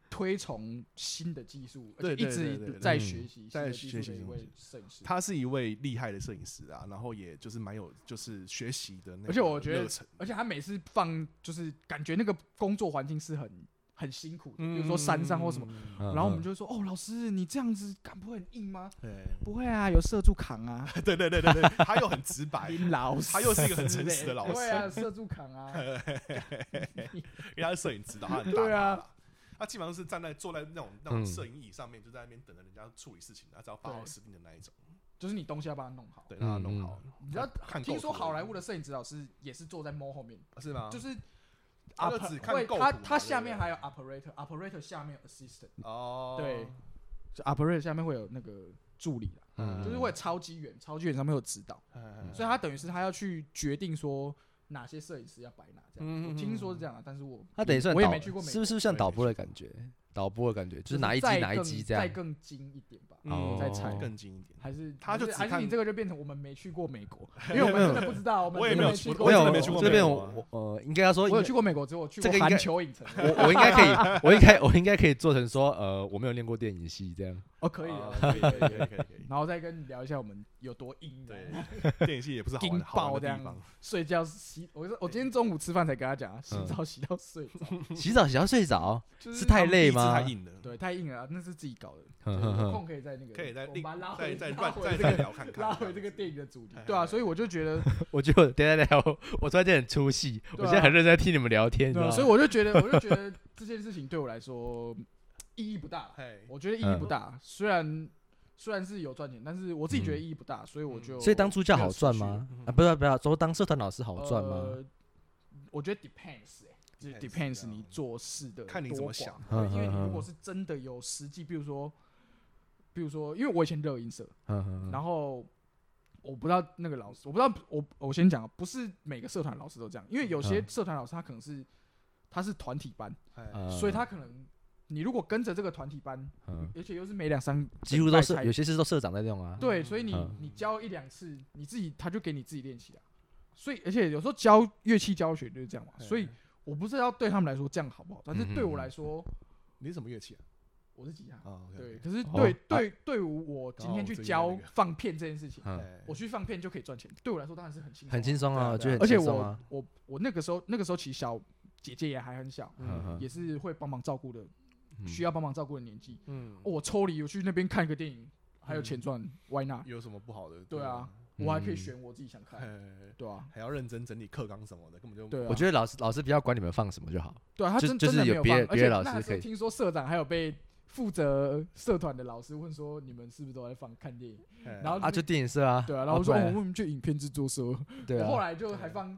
Speaker 2: 推崇新的技术，而
Speaker 3: 对
Speaker 2: 且一
Speaker 3: 对对对
Speaker 2: 直
Speaker 3: 对
Speaker 2: 在
Speaker 4: 嗯
Speaker 2: 学习新
Speaker 3: 在
Speaker 2: 的技
Speaker 3: 学
Speaker 2: 术
Speaker 3: 习
Speaker 2: 的一
Speaker 3: 新
Speaker 2: 位
Speaker 3: 东
Speaker 2: 摄影师。
Speaker 3: 他是一位厉害的摄影师啊，然后也就是蛮有就是学习的那个热忱，
Speaker 2: 而且我觉得而且他每次放，就是感觉那个工作环境是很很辛苦的，
Speaker 3: 嗯，
Speaker 2: 比如说山上或什么。
Speaker 3: 么，
Speaker 4: 然
Speaker 2: 然后我们就会说：“哦，老师，你这样子干不会很硬吗？”
Speaker 3: 对
Speaker 2: 不会啊，有社助扛啊，
Speaker 3: 对对对对对，他又很直 白，
Speaker 2: 林老师，
Speaker 3: 他又是一个很诚实的老师
Speaker 2: 对啊，社助扛啊，
Speaker 3: 因为他是摄影指导，他很大
Speaker 2: 对啊
Speaker 3: 牌啦，他基本上是站在坐在那种那
Speaker 4: 嗯
Speaker 3: 种摄影椅上面，就在那边等着人家处理事情，他只要发号施令的那一种，
Speaker 2: 就是你东西要把它弄好。
Speaker 3: 对，让他
Speaker 4: 嗯
Speaker 3: 弄好。
Speaker 2: 你知道
Speaker 3: 看
Speaker 2: 听说好莱坞
Speaker 3: 的
Speaker 2: 的摄影指导师也是坐在猫后面，
Speaker 3: 是吗？
Speaker 2: 就是
Speaker 3: 啊他就
Speaker 2: oper-
Speaker 3: 只看
Speaker 2: 会
Speaker 3: 构
Speaker 2: 他
Speaker 3: 图嘛
Speaker 2: 他
Speaker 3: 对
Speaker 2: 下
Speaker 3: 不
Speaker 2: 面
Speaker 3: 对
Speaker 2: 还有 operator，operator 下面有 assistant，
Speaker 3: 哦，
Speaker 2: 对，就 operator 下面会有那个助理啦，
Speaker 4: 嗯
Speaker 2: 就是会有超级远，超级远上面有指导，所以他等于是他要去决定说哪些摄影师要摆哪这
Speaker 4: 嗯
Speaker 2: 样。我听说是这样啊，但是我
Speaker 4: 他等于算
Speaker 2: 我也
Speaker 4: 导
Speaker 2: 没去过美国
Speaker 4: 是不是像导播的感觉？导播的感觉就
Speaker 2: 就是
Speaker 4: 哪一集
Speaker 2: 再
Speaker 4: 哪一
Speaker 2: 更
Speaker 4: 集这
Speaker 2: 再
Speaker 4: 样。
Speaker 2: 更精一点吧，
Speaker 4: 哦
Speaker 2: 嗯再猜
Speaker 3: 嗯更精一点。
Speaker 2: 还是
Speaker 3: 他就
Speaker 2: 还是
Speaker 3: 只
Speaker 2: 还是
Speaker 3: 看
Speaker 2: 你这个就变成我们没去过美国，因为我们真的不知道，我们
Speaker 5: 我也没
Speaker 2: 真
Speaker 5: 有
Speaker 2: 的没
Speaker 5: 去
Speaker 2: 去
Speaker 5: 过
Speaker 2: 过，
Speaker 4: 我
Speaker 5: 真
Speaker 4: 有
Speaker 5: 的没去过
Speaker 4: 这
Speaker 5: 美
Speaker 4: 边
Speaker 5: 国
Speaker 4: 我
Speaker 5: 啊
Speaker 4: 我呃，应该要说，
Speaker 2: 我有去过美国，只有我去
Speaker 4: 这
Speaker 2: 过
Speaker 4: 个应该
Speaker 2: 环球影城。
Speaker 4: 我我应该可 以，我应该我应该可以做成说，呃，我没有练过电影系 这样。
Speaker 2: 哦，可以
Speaker 3: 啊
Speaker 2: 啊，
Speaker 3: 可以可以可 以可以可以。
Speaker 2: 然后再跟你聊一下我们有多硬的。
Speaker 3: 对，电影系也不是好玩
Speaker 2: 劲
Speaker 3: 好
Speaker 2: 爆
Speaker 3: 玩
Speaker 2: 这
Speaker 3: 的
Speaker 2: 样
Speaker 3: 地方。
Speaker 2: 睡觉洗，我是我今天中午吃饭才跟他讲啊，洗澡洗到睡 着，
Speaker 4: 洗澡洗到睡着，
Speaker 2: 就是
Speaker 4: 嗯是太累
Speaker 3: 一直太
Speaker 4: 吗？
Speaker 3: 硬了，
Speaker 2: 对，太硬了啊，那是自己搞的。对
Speaker 4: 嗯哼哼
Speaker 2: 有
Speaker 4: 哼
Speaker 2: 空可以在那个，
Speaker 3: 可以再
Speaker 2: 我
Speaker 3: 另
Speaker 2: 们把它拉
Speaker 3: 再
Speaker 2: 回
Speaker 3: 再
Speaker 2: 拉
Speaker 3: 乱
Speaker 2: 回
Speaker 3: 再
Speaker 2: 这
Speaker 3: 再
Speaker 2: 个
Speaker 3: 聊看看。
Speaker 2: 拉回这个电影的主题，
Speaker 3: 哎
Speaker 2: 对啊，所以我就觉得，
Speaker 4: 我觉得等一下等一下，我我突然间很出戏，我
Speaker 2: 对啊
Speaker 4: 现在很认真在听你们聊 天，你知
Speaker 2: 对啊，
Speaker 4: 道
Speaker 2: 所以
Speaker 4: 吗？
Speaker 2: 我就觉得， 我就觉得这件事情对我来说意义不大，
Speaker 3: 嘿，
Speaker 2: 我觉得意义不大，
Speaker 4: 嗯
Speaker 2: 虽然虽然是有赚钱，但是我自己觉得意义不大，所以我就
Speaker 4: 嗯所以当助教好赚
Speaker 2: 没有持
Speaker 4: 吗
Speaker 3: 没有持续？
Speaker 4: 啊，不是不是，说当社团老师好
Speaker 2: 续？
Speaker 4: 赚吗？
Speaker 2: 呃？我觉得 depends，哎，就是
Speaker 3: depends，啊
Speaker 2: depends 你做事的
Speaker 3: 看你怎
Speaker 2: 多
Speaker 3: 么
Speaker 2: 寡
Speaker 3: 想。
Speaker 2: 对因为
Speaker 4: 嗯嗯
Speaker 2: 你如
Speaker 4: 嗯
Speaker 2: 果是真的有实际，比如说，比如说，因为我以前热音社，
Speaker 4: 嗯嗯嗯
Speaker 2: 然后我不知道那个老师，我不知道我我先讲，不是每个社团老师都这样，因为有些
Speaker 4: 嗯
Speaker 2: 社团老师他可能是他是团体班，
Speaker 3: 哎，
Speaker 4: 呃，
Speaker 2: 所以他可能你如果跟着这个团体班，
Speaker 4: 嗯
Speaker 2: 而且又是每两三
Speaker 4: 几乎都是
Speaker 2: 拜
Speaker 4: 有
Speaker 2: 才
Speaker 4: 些是都社长在用啊。
Speaker 2: 对，所以你
Speaker 4: 嗯
Speaker 2: 你教一两次，你自己他就给你自己练习了。所以而且有时候教乐器教学就是这样嘛，所以我不知道对他们来说这样好不好，但
Speaker 4: 嗯
Speaker 2: 是对我来说
Speaker 3: 你是什么乐器啊？
Speaker 2: 我是吉他。
Speaker 3: 啊，
Speaker 2: 对，，可是
Speaker 4: 哦
Speaker 2: 对、
Speaker 4: 啊
Speaker 2: 对对我我今天去
Speaker 3: 哦最近
Speaker 2: 教
Speaker 3: 那个
Speaker 2: 放片这件事情，
Speaker 4: 嗯，
Speaker 3: 哎
Speaker 2: 我去放片就可以赚钱，对我来说当然是很轻松啊，
Speaker 4: 很轻松
Speaker 3: 对啊
Speaker 4: 啊，我觉得
Speaker 2: 而
Speaker 4: 很
Speaker 2: 且
Speaker 4: 轻松
Speaker 2: 我
Speaker 4: 啊。
Speaker 2: 我我那个时候那个时候其实小姐姐也还很小，
Speaker 4: 嗯嗯
Speaker 2: 也是会帮忙照顾的，
Speaker 4: 嗯
Speaker 2: 需要帮忙照顾的年纪。哦
Speaker 3: 嗯，
Speaker 2: 我抽离我去那边看个电影，还有钱赚，Why not？
Speaker 3: 有什么不好的？
Speaker 2: 对啊，
Speaker 4: 嗯
Speaker 2: 我还可以选我自己想
Speaker 3: 哎，
Speaker 2: 看，对啊，
Speaker 3: 还要认真整理课纲什么的，根本就
Speaker 2: 对啊，
Speaker 4: 我觉得老师老师比较管你们放什么就好。
Speaker 2: 对啊，他
Speaker 4: 就
Speaker 2: 真
Speaker 4: 就是
Speaker 2: 真的没
Speaker 4: 有
Speaker 2: 有
Speaker 4: 别
Speaker 2: 放
Speaker 4: 的，
Speaker 2: 而
Speaker 4: 别
Speaker 2: 且
Speaker 4: 的老
Speaker 2: 那
Speaker 4: 师
Speaker 2: 时候
Speaker 4: 可以
Speaker 2: 听说社长还有被负责社团的老师问说你们是不是都在放看电影？
Speaker 3: 然
Speaker 2: 然后
Speaker 4: 啊，就电影社啊。
Speaker 2: 哦对啊，然后我说
Speaker 4: 不
Speaker 2: 哦
Speaker 4: 然
Speaker 2: 我们就影片制作社，
Speaker 4: 对
Speaker 2: 我后
Speaker 4: 啊，
Speaker 2: 来就还放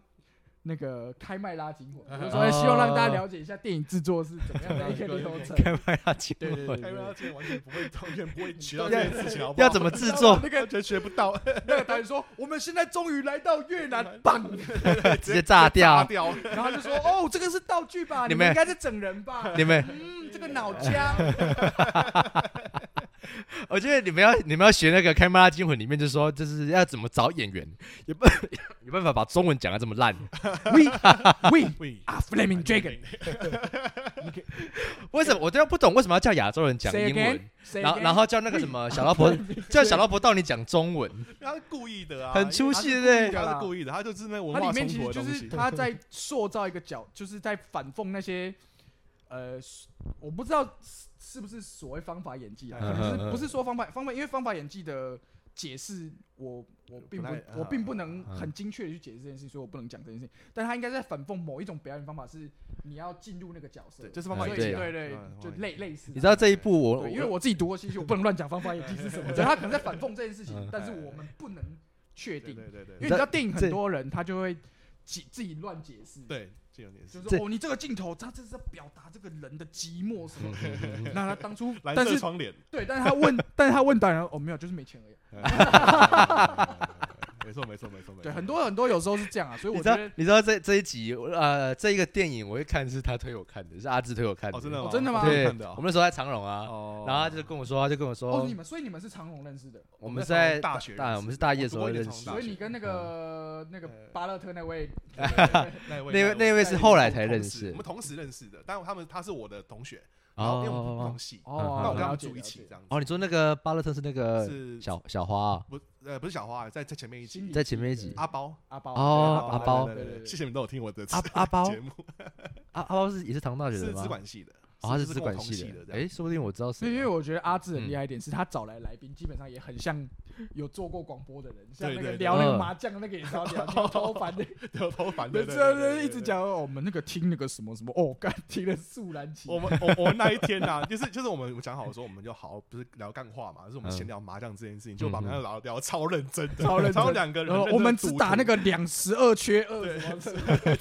Speaker 2: 那个开麦拉筋我
Speaker 3: 嗯
Speaker 2: 我说希望让大家了解一下电影制作是怎么样的一个
Speaker 3: 对
Speaker 2: 流 程。
Speaker 4: 开麦拉筋，
Speaker 2: 对对对
Speaker 3: 台
Speaker 2: 对
Speaker 3: 湾
Speaker 2: 对
Speaker 3: 要，完全不会，完全不会学到这件事情，好不好？
Speaker 4: 要怎么制作？
Speaker 2: 那个
Speaker 3: 完全学不到，
Speaker 2: 那个导演说，我们现在终于来到越 南，棒！
Speaker 4: 直接炸
Speaker 3: 炸
Speaker 4: 掉。
Speaker 3: 掉。
Speaker 2: 然后他就说，哦，这个是道具吧？
Speaker 4: 你
Speaker 2: 你们
Speaker 4: 们
Speaker 2: 应该是整人吧？
Speaker 4: 你们，
Speaker 2: 嗯，这个脑 浆，
Speaker 4: 我觉得你们要你们要学那个《开麦拉惊魂》里面，就说就是要怎么找演员，有 办有办法把中文讲的这么烂。
Speaker 2: We we
Speaker 3: 喂
Speaker 2: are flaming dragon。
Speaker 4: 为什么我都要不懂为什么要叫亚洲人讲
Speaker 2: Say
Speaker 4: 英
Speaker 2: again,
Speaker 4: 文，
Speaker 2: say
Speaker 4: 然后
Speaker 2: again
Speaker 4: 然后叫那个什么小 老婆叫小老婆到你讲中文，
Speaker 3: 他是故意的啊，
Speaker 4: 很出戏，对
Speaker 3: 因
Speaker 4: 不
Speaker 3: 为
Speaker 4: 对？
Speaker 3: 他是故意的，他就是那个文
Speaker 2: 它
Speaker 3: 化
Speaker 2: 里
Speaker 3: 冲
Speaker 2: 面其
Speaker 3: 突
Speaker 2: 实
Speaker 3: 的
Speaker 2: 就
Speaker 3: 东
Speaker 2: 是
Speaker 3: 西。
Speaker 2: 他在塑造一个角，就是在反讽那些，呃，我不知道是是不是所谓方法演技啊，可能
Speaker 4: 嗯嗯嗯
Speaker 2: 是不是说方法方法，因为方法演技的解释，我我并不
Speaker 3: 不太
Speaker 2: 我并不能
Speaker 4: 嗯嗯
Speaker 2: 很精确的去解释这件事情，所以我不能讲这件事情。但他应该在反讽某一种表演方法，是你要进入那个角色，
Speaker 3: 对，就是方法
Speaker 4: 嗯
Speaker 2: 所
Speaker 3: 演
Speaker 2: 以
Speaker 3: 技
Speaker 4: 对
Speaker 3: 啊，
Speaker 2: 对对，就
Speaker 3: 累。
Speaker 2: 类类似啊。
Speaker 4: 你知道这一部我
Speaker 2: 对，因为我自己读过戏剧，我不能乱讲方法演技是什 么，所以他可能在反讽这件事情
Speaker 4: 嗯，
Speaker 2: 但是我们不能确
Speaker 3: 对
Speaker 2: 定。
Speaker 3: 对对
Speaker 2: 因为
Speaker 3: 对
Speaker 2: 你
Speaker 4: 知
Speaker 2: 知
Speaker 4: 道
Speaker 2: 道电影
Speaker 4: 这
Speaker 2: 很多人他就会解自己乱解释，，
Speaker 3: 对，这有点是
Speaker 2: 就是
Speaker 4: 这
Speaker 2: 说哦，你这个镜头，他这是在表达这个人的寂寞什么的。
Speaker 4: 嗯
Speaker 2: 那他当初，
Speaker 3: 蓝
Speaker 2: 但
Speaker 3: 色
Speaker 2: 是
Speaker 3: 窗帘，
Speaker 2: 对，但是他问，但是他问导演，哦，没有，就是没钱而已。
Speaker 3: 没错没错没错没错。
Speaker 2: 对，很多很多有时候是这样啊，所以
Speaker 4: 你
Speaker 2: 我
Speaker 4: 知
Speaker 2: 觉
Speaker 4: 道
Speaker 2: 得，
Speaker 4: 你知道这这一集呃这一个电影我会看是他推我看的，是阿志推我看的，
Speaker 3: 哦，真的
Speaker 2: 哦真的吗
Speaker 4: 对，
Speaker 3: 看的
Speaker 4: 我们那时候在长隆啊，
Speaker 3: 哦
Speaker 4: 然后他就跟我说，他就跟我
Speaker 2: 哦，
Speaker 4: 说
Speaker 2: 你，们，所以你们是长隆认识的，
Speaker 4: 我
Speaker 3: 们
Speaker 4: 们
Speaker 3: 在
Speaker 4: 在
Speaker 3: 大学认识
Speaker 4: 大
Speaker 3: 的
Speaker 4: 我们是大一的
Speaker 3: 我
Speaker 4: 时
Speaker 3: 读
Speaker 4: 候
Speaker 3: 过一
Speaker 4: 认
Speaker 3: 年
Speaker 4: 识
Speaker 3: 长
Speaker 2: 所
Speaker 3: 大
Speaker 4: 的，
Speaker 2: 以你
Speaker 3: 学
Speaker 2: 跟那个那个
Speaker 3: 呃
Speaker 2: 巴勒特那位，
Speaker 3: 那位
Speaker 4: 那位那位是后来才认识
Speaker 3: 我们同时认识的，但他们他是我的同学，然后因为我们不
Speaker 4: 哦
Speaker 3: 同系，
Speaker 4: 嗯
Speaker 3: 那
Speaker 2: 哦，
Speaker 3: 我跟
Speaker 2: 了
Speaker 3: 他们
Speaker 2: 解
Speaker 3: 住一
Speaker 2: 了
Speaker 3: 起
Speaker 2: 解
Speaker 3: 这样子
Speaker 4: 哦，，你说那个巴勒特是那个
Speaker 3: 是
Speaker 4: 小小花啊，
Speaker 3: 不呃不是小花，在在前面一
Speaker 2: 心
Speaker 3: 集
Speaker 2: 理
Speaker 4: 在前面一集
Speaker 3: 阿包
Speaker 2: 阿包
Speaker 4: 哦
Speaker 2: 对
Speaker 4: 阿包
Speaker 2: 对
Speaker 3: 对
Speaker 2: 对
Speaker 3: 对
Speaker 2: 对
Speaker 3: 对，谢谢你们都有听我的
Speaker 4: 阿阿包
Speaker 3: 节目，
Speaker 4: 阿阿包啊是也是唐大学的
Speaker 3: 是
Speaker 4: 吗
Speaker 3: 资？管系的，
Speaker 4: 哦，他是
Speaker 3: 就
Speaker 4: 资
Speaker 3: 跟我
Speaker 4: 管
Speaker 3: 同
Speaker 4: 系
Speaker 3: 的这样，
Speaker 4: 哎，说不定我知道
Speaker 2: 所以因
Speaker 4: 谁
Speaker 2: 为
Speaker 4: 啊。
Speaker 2: 我觉得阿志很厉害一点，是他找来的来宾基本上也很像有做过广播的人，像
Speaker 3: 对
Speaker 2: 那个
Speaker 3: 对对
Speaker 2: 聊那个
Speaker 1: 嗯
Speaker 2: 麻将那个也超屌，超烦的。
Speaker 3: 有头发
Speaker 2: 对
Speaker 3: 的，
Speaker 2: 对
Speaker 3: 对
Speaker 2: 对，
Speaker 3: 对对
Speaker 2: 一直讲哦我们那个听那个什么什么，哦，刚听了素兰奇，
Speaker 3: 我们我我们那一天呐、就是就是我们讲好说，我们就好不是聊干话嘛，就是我
Speaker 1: 嗯
Speaker 3: 们闲聊麻将这件事情，就把
Speaker 1: 嗯嗯
Speaker 3: 麻将聊聊得超认真的，
Speaker 2: 超认真
Speaker 3: 然后两个人
Speaker 2: 然后
Speaker 3: 认真地
Speaker 2: 我们只
Speaker 3: 赌
Speaker 2: 打
Speaker 3: 徒
Speaker 2: 那个两十二缺二
Speaker 3: 对
Speaker 2: 什么 什么，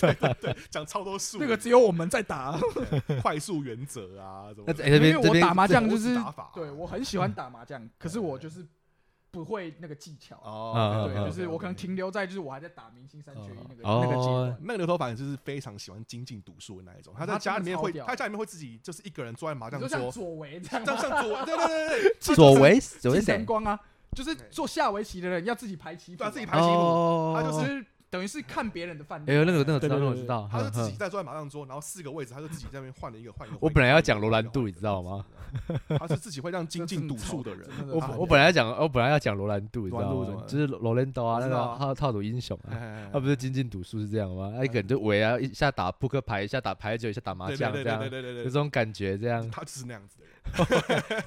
Speaker 3: 讲超多数，
Speaker 2: 那个只有我们在打。
Speaker 3: 快速原则啊，什么
Speaker 1: 那
Speaker 3: 的
Speaker 1: 哎这
Speaker 2: 因为
Speaker 1: 边这
Speaker 2: 我
Speaker 1: 边
Speaker 2: 打麻将
Speaker 3: 猴
Speaker 2: 就
Speaker 3: 子
Speaker 2: 是
Speaker 3: 打法啊
Speaker 2: 对我很喜欢打麻将，可是我就是不会那个技巧，
Speaker 3: 哦，
Speaker 2: 对，
Speaker 1: 嗯
Speaker 2: 就是我可能
Speaker 3: 听
Speaker 2: 停留在就是我还在打明星三缺一那个
Speaker 1: 哦
Speaker 2: 那个阶段，
Speaker 3: 那个牛头反就是非常喜欢精进读书的那一种，他在
Speaker 2: 他
Speaker 3: 家
Speaker 2: 真的
Speaker 3: 里面
Speaker 2: 超
Speaker 3: 会，
Speaker 2: 屌
Speaker 3: 他家里面会自己就是一个人坐在麻
Speaker 2: 你
Speaker 3: 将
Speaker 2: 就像
Speaker 3: 桌，
Speaker 2: 左为这样
Speaker 3: 像
Speaker 2: 吗，
Speaker 3: 像左，对对对对，
Speaker 1: 左为左为
Speaker 2: 金
Speaker 1: 谁
Speaker 2: 晨？光啊，就是做下围棋的人要自己排棋谱
Speaker 3: 对
Speaker 2: 啊，
Speaker 3: 啊自己排棋谱，
Speaker 1: 哦，
Speaker 3: 他
Speaker 2: 就
Speaker 3: 就是
Speaker 2: 等于是看别人的饭
Speaker 1: 哎
Speaker 2: 店。
Speaker 1: 呦，那个那个知道，
Speaker 2: 对对
Speaker 1: 那个我
Speaker 2: 对
Speaker 1: 知道，
Speaker 3: 他就
Speaker 1: 哼
Speaker 3: 自己
Speaker 1: 哼
Speaker 3: 在坐在麻将桌，然后四个位置他就自己在那边换了一个换一个。
Speaker 1: 我本来要讲罗兰度
Speaker 3: 度，
Speaker 1: 你知道吗？
Speaker 3: 他是自己会让精进读书的人
Speaker 2: 这真，的啊
Speaker 1: 我
Speaker 2: 超
Speaker 1: 本我本来要讲，我本来要讲罗兰度，你知
Speaker 3: 罗兰
Speaker 1: 道
Speaker 3: 度怎
Speaker 1: 吗？
Speaker 3: 么
Speaker 1: 就是罗兰多啊，
Speaker 3: 我
Speaker 1: 那
Speaker 3: 知道啊
Speaker 1: 个套套路英雄啊，
Speaker 3: 哎
Speaker 1: 他不是精进读书是这样吗？他一个人就围啊，一下打扑克牌，一下打牌九，一下打麻
Speaker 3: 对
Speaker 1: 将，这
Speaker 3: 对对
Speaker 1: 样
Speaker 3: 对对对
Speaker 1: 有
Speaker 3: 对
Speaker 1: 这
Speaker 3: 对，
Speaker 1: 种感觉，这 样
Speaker 3: 他就是那样子的人。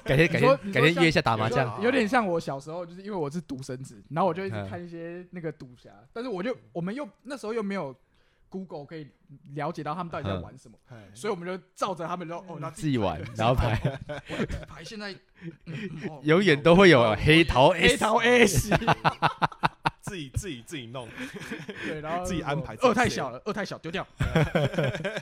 Speaker 1: 改天
Speaker 2: 你
Speaker 1: 改
Speaker 2: 说
Speaker 1: 天
Speaker 2: 你
Speaker 1: 改
Speaker 2: 说
Speaker 1: 天约一下打
Speaker 2: 有
Speaker 1: 麻
Speaker 2: 时
Speaker 1: 将
Speaker 2: 候有点像我小时候，就是因为我是赌神子，然后我就一直
Speaker 1: 嗯
Speaker 2: 看一些那个赌侠，但是我就我们又那时候又没有 Google 可以了解到他们到底在玩什么，
Speaker 3: 哎
Speaker 2: 所以我们就照着他们，然后哦，那
Speaker 1: 自己玩，然后牌
Speaker 2: 牌现在嗯嗯哦
Speaker 1: 永远都会有黑桃
Speaker 2: A
Speaker 1: S，
Speaker 2: 桃 A 啊系，
Speaker 3: 自己自己自己弄，
Speaker 2: 对，然后
Speaker 3: 自己安排
Speaker 2: 二太小了，二太小丢 掉。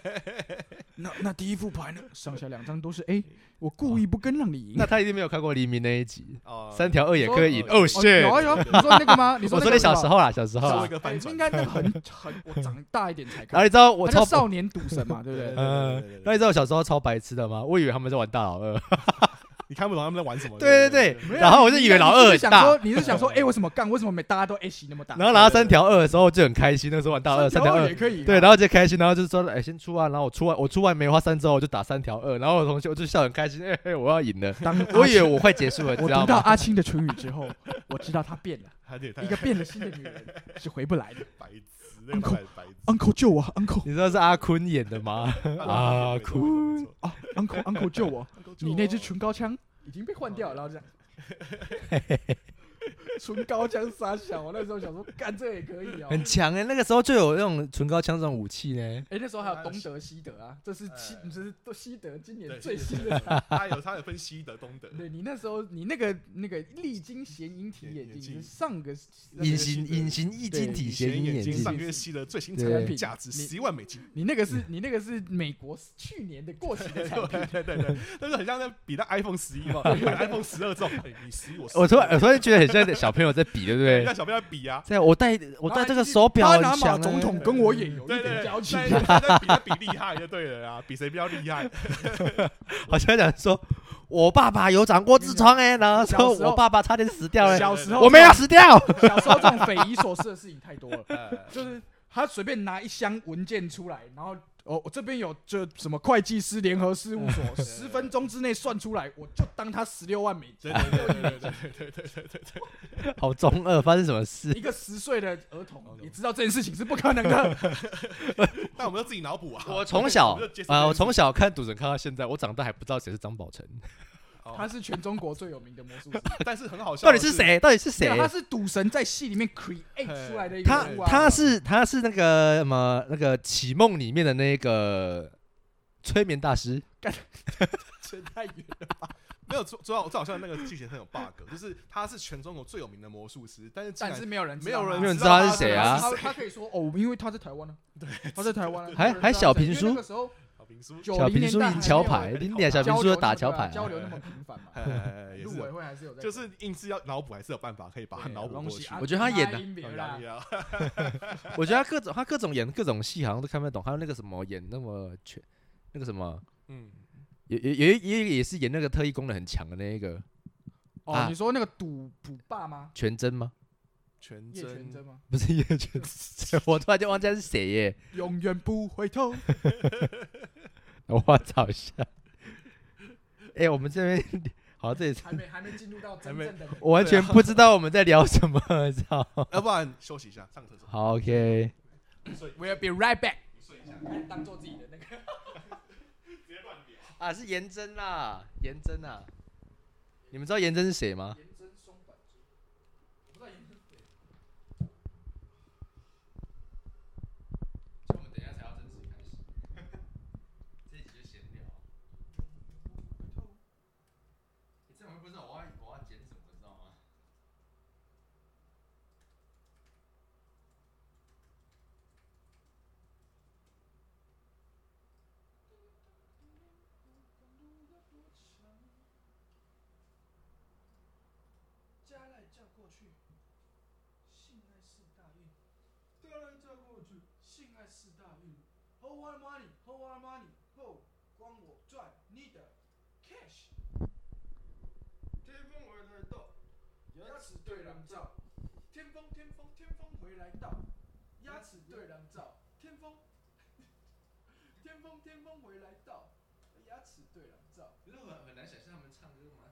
Speaker 2: 那那第一副牌呢？上下两张都是
Speaker 3: 哦
Speaker 2: A，我故意不跟让你赢。
Speaker 1: 那他一定没有看过黎明那一集，
Speaker 3: 哦
Speaker 1: 三条二眼
Speaker 2: 说
Speaker 1: 各赢
Speaker 3: 哦
Speaker 1: 哦
Speaker 2: 哦有
Speaker 1: shit，
Speaker 2: 啊有啊，你说那个吗？你说
Speaker 1: 我说你
Speaker 2: 那个什么
Speaker 1: 小时候啦，小时候
Speaker 3: 做
Speaker 1: 啦
Speaker 3: 一，个
Speaker 2: 哎
Speaker 3: 翻转
Speaker 2: 应，该那个很很，我长大一点才
Speaker 1: 然后
Speaker 2: 看
Speaker 1: 你。知道我
Speaker 2: 他叫
Speaker 1: 超
Speaker 2: 少年赌神嘛，对不对？
Speaker 1: 嗯，
Speaker 3: 对对对对
Speaker 1: 那你知道我小时候超白痴的吗？我以为他们在玩大老二，
Speaker 3: 你看不懂他们在玩什么。
Speaker 1: 对对对，然后我就以为老二
Speaker 2: 你是
Speaker 1: 很
Speaker 2: 想
Speaker 1: 大
Speaker 2: 说，，你是想 说，哎，为什么干？为什么每大家都 A 型那么大？
Speaker 1: 然后拿到三条二的时候就很开心，那时候玩大二三条二
Speaker 2: 也，可以啊，
Speaker 1: 对，然后就开心，然后就说，哎，先出啊，然后我出完我出完梅花三之后，我就打三条二，然后我同学我就笑得很开心，哎嘿，我要赢了，
Speaker 2: 当
Speaker 1: 我以为我快结束了，
Speaker 2: 我
Speaker 1: 知道
Speaker 2: 读到
Speaker 1: 吗？
Speaker 2: 阿青的唇语之后，我知道他变了，
Speaker 3: 他也太
Speaker 2: 一个变了心的女人是回不来的。
Speaker 3: 白痴，那个白白
Speaker 1: 啊
Speaker 3: 痴
Speaker 2: Uncle 救我，Uncle
Speaker 1: 你知道是阿坤演的吗？啊哭
Speaker 3: 哭！
Speaker 2: 啊，Uncle Uncle 救我！你那支唇膏枪已经被换掉了，然后这样。唇膏枪傻小，我那时候想说，干这也可以哦。
Speaker 1: 很强哎，那个时候就有那种唇膏枪这种武器呢，
Speaker 2: 哎、那时候还有东德、西德啊，这是西，
Speaker 3: 哎
Speaker 2: 这是都西德今年
Speaker 3: 对
Speaker 2: 最
Speaker 3: 西
Speaker 2: 新
Speaker 3: 德
Speaker 2: 的。
Speaker 3: 他有他有分西 德东德，
Speaker 2: 对你那时候，你那个那个历经显影体眼
Speaker 3: 眼
Speaker 2: 镜是
Speaker 3: 镜
Speaker 2: 上个
Speaker 1: 隐形隐形易晶体
Speaker 3: 显
Speaker 1: 谐音
Speaker 3: 眼
Speaker 1: 眼
Speaker 3: 睛
Speaker 1: 镜
Speaker 3: 上，个月西德最新
Speaker 1: 对
Speaker 3: 产
Speaker 2: 对
Speaker 3: 品价值
Speaker 2: 你
Speaker 3: 十万美金。
Speaker 2: 你那个是你那个是美国去年的过期的 产品，
Speaker 3: 对对对， 但是很像在比到 iPhone 十 一嘛，iPhone 十二之后，哎你十一我11
Speaker 2: 哦
Speaker 1: 我突然我突然觉得很像小朋友在比，对不对
Speaker 3: 让？小朋友比啊，
Speaker 1: 在我戴我戴这个手表
Speaker 2: 啊他
Speaker 1: 很
Speaker 2: 拿马
Speaker 1: 强欸，
Speaker 2: 总统 跟我也有
Speaker 3: 对
Speaker 2: 一点
Speaker 3: 对
Speaker 2: 交
Speaker 3: 对，
Speaker 2: 集。
Speaker 3: 在在比他比厉害就对了啊，比谁比较厉害。
Speaker 1: 好像讲说，我爸爸有长过痔疮哎， 然后
Speaker 2: 小
Speaker 1: 说
Speaker 2: 时候
Speaker 1: 我爸爸差点死掉哎，
Speaker 2: 小时候
Speaker 1: 我没有死掉，
Speaker 2: 小时候这种匪夷所思的事情太多了，
Speaker 3: 呃
Speaker 2: 就是他随便拿一箱文件出来，然后哦，我这边有这什么会计师联合事务
Speaker 3: 哎
Speaker 2: 所，十分钟之内算出来，我就当他十六万美金。
Speaker 3: 对对对对对对对对对对对，
Speaker 1: 好中二，发生什么事？
Speaker 2: 一个十岁的儿
Speaker 3: 哦
Speaker 2: 童也知道这件事情是不可能的，
Speaker 3: 但我们要自己脑补啊。
Speaker 1: 我从小
Speaker 3: 我们就接受
Speaker 1: 啊，我从小看赌神看到现在，我长大还不知道谁是张宝成，
Speaker 3: 哦
Speaker 2: 他是全中国最有名的魔术师，
Speaker 3: 但是很好笑
Speaker 1: 到底
Speaker 3: 的，
Speaker 1: 是？谁？到底是谁
Speaker 2: 没有？他是赌神在戏里面 create 出来的一个
Speaker 1: 他
Speaker 2: 人物啊
Speaker 1: 他是他是那个什么那个启梦里面的那个催眠大师，
Speaker 2: 扯太远了，
Speaker 3: 没有，最最好最好像那个剧情很有 bug，就是 他是全中国最有名的魔术师，但是竟
Speaker 2: 但
Speaker 3: 然
Speaker 2: 是没有人知道
Speaker 3: 没有人
Speaker 1: 没有人
Speaker 3: 知
Speaker 1: 知道他
Speaker 3: 他
Speaker 1: 是谁啊
Speaker 2: 他他可以说哦，因为他在台湾呢，他在台湾啊，
Speaker 1: 还
Speaker 2: 没有人知道
Speaker 1: 还小
Speaker 2: 谁
Speaker 1: 平叔
Speaker 2: 因为那个时候
Speaker 3: 小平叔，
Speaker 2: 90
Speaker 1: 小平
Speaker 2: 年
Speaker 1: 叔
Speaker 2: 代
Speaker 1: 赢
Speaker 2: 还
Speaker 1: 桥
Speaker 2: 没有
Speaker 1: 牌，
Speaker 2: 人
Speaker 1: 零点小平
Speaker 2: 交
Speaker 1: 叔
Speaker 2: 流
Speaker 1: 的打
Speaker 2: 那么
Speaker 1: 桥
Speaker 2: 对啊
Speaker 1: 牌
Speaker 2: 交
Speaker 1: 啊，
Speaker 2: 流那么频繁嘛，
Speaker 3: 哎 也
Speaker 2: 陆委
Speaker 3: 是，
Speaker 2: 会还是有在搞，
Speaker 3: 就是硬是要脑补，还是有办法可以把他脑补过
Speaker 2: 啊
Speaker 3: 去。
Speaker 1: 我觉得他演的
Speaker 2: 的，
Speaker 3: 啊，
Speaker 1: 我觉得他各种他各种演各种戏好像都看不懂，还有那个什么演那么全那个什么。
Speaker 3: 嗯，
Speaker 1: 也也也也也是演那个特异功能很强的那一个
Speaker 2: 哦，
Speaker 3: 啊
Speaker 2: 你说那个赌赌霸吗？
Speaker 1: 全真吗？
Speaker 3: 全
Speaker 2: 叶全真
Speaker 3: 真
Speaker 2: 吗？
Speaker 1: 不是叶全真，我突然间忘记他是谁耶！
Speaker 2: 永远不回头，
Speaker 1: 我找 一下。哎、我们这边好，这里
Speaker 2: 还没还没进入到真
Speaker 3: 还没
Speaker 2: 正的美
Speaker 1: 我完全不知道我们在聊什么，你知道吗？
Speaker 3: 要不然休息一下，上厕 所。
Speaker 1: 好，OK，
Speaker 2: We'll be right back。当 做自己的那个。
Speaker 1: 啊，是颜真啦，颜真啊，你们知道颜真是谁吗？
Speaker 2: 过去，性爱四大运，Hold our money，Hold our money，Hold，光我赚你的 cash，
Speaker 4: 天风回来到，
Speaker 2: 牙齿对狼照，天风天风天风回来到，牙齿对狼照，天风，天风天风回来到，牙齿对狼照。
Speaker 1: 你知道很很难想象他们唱歌吗？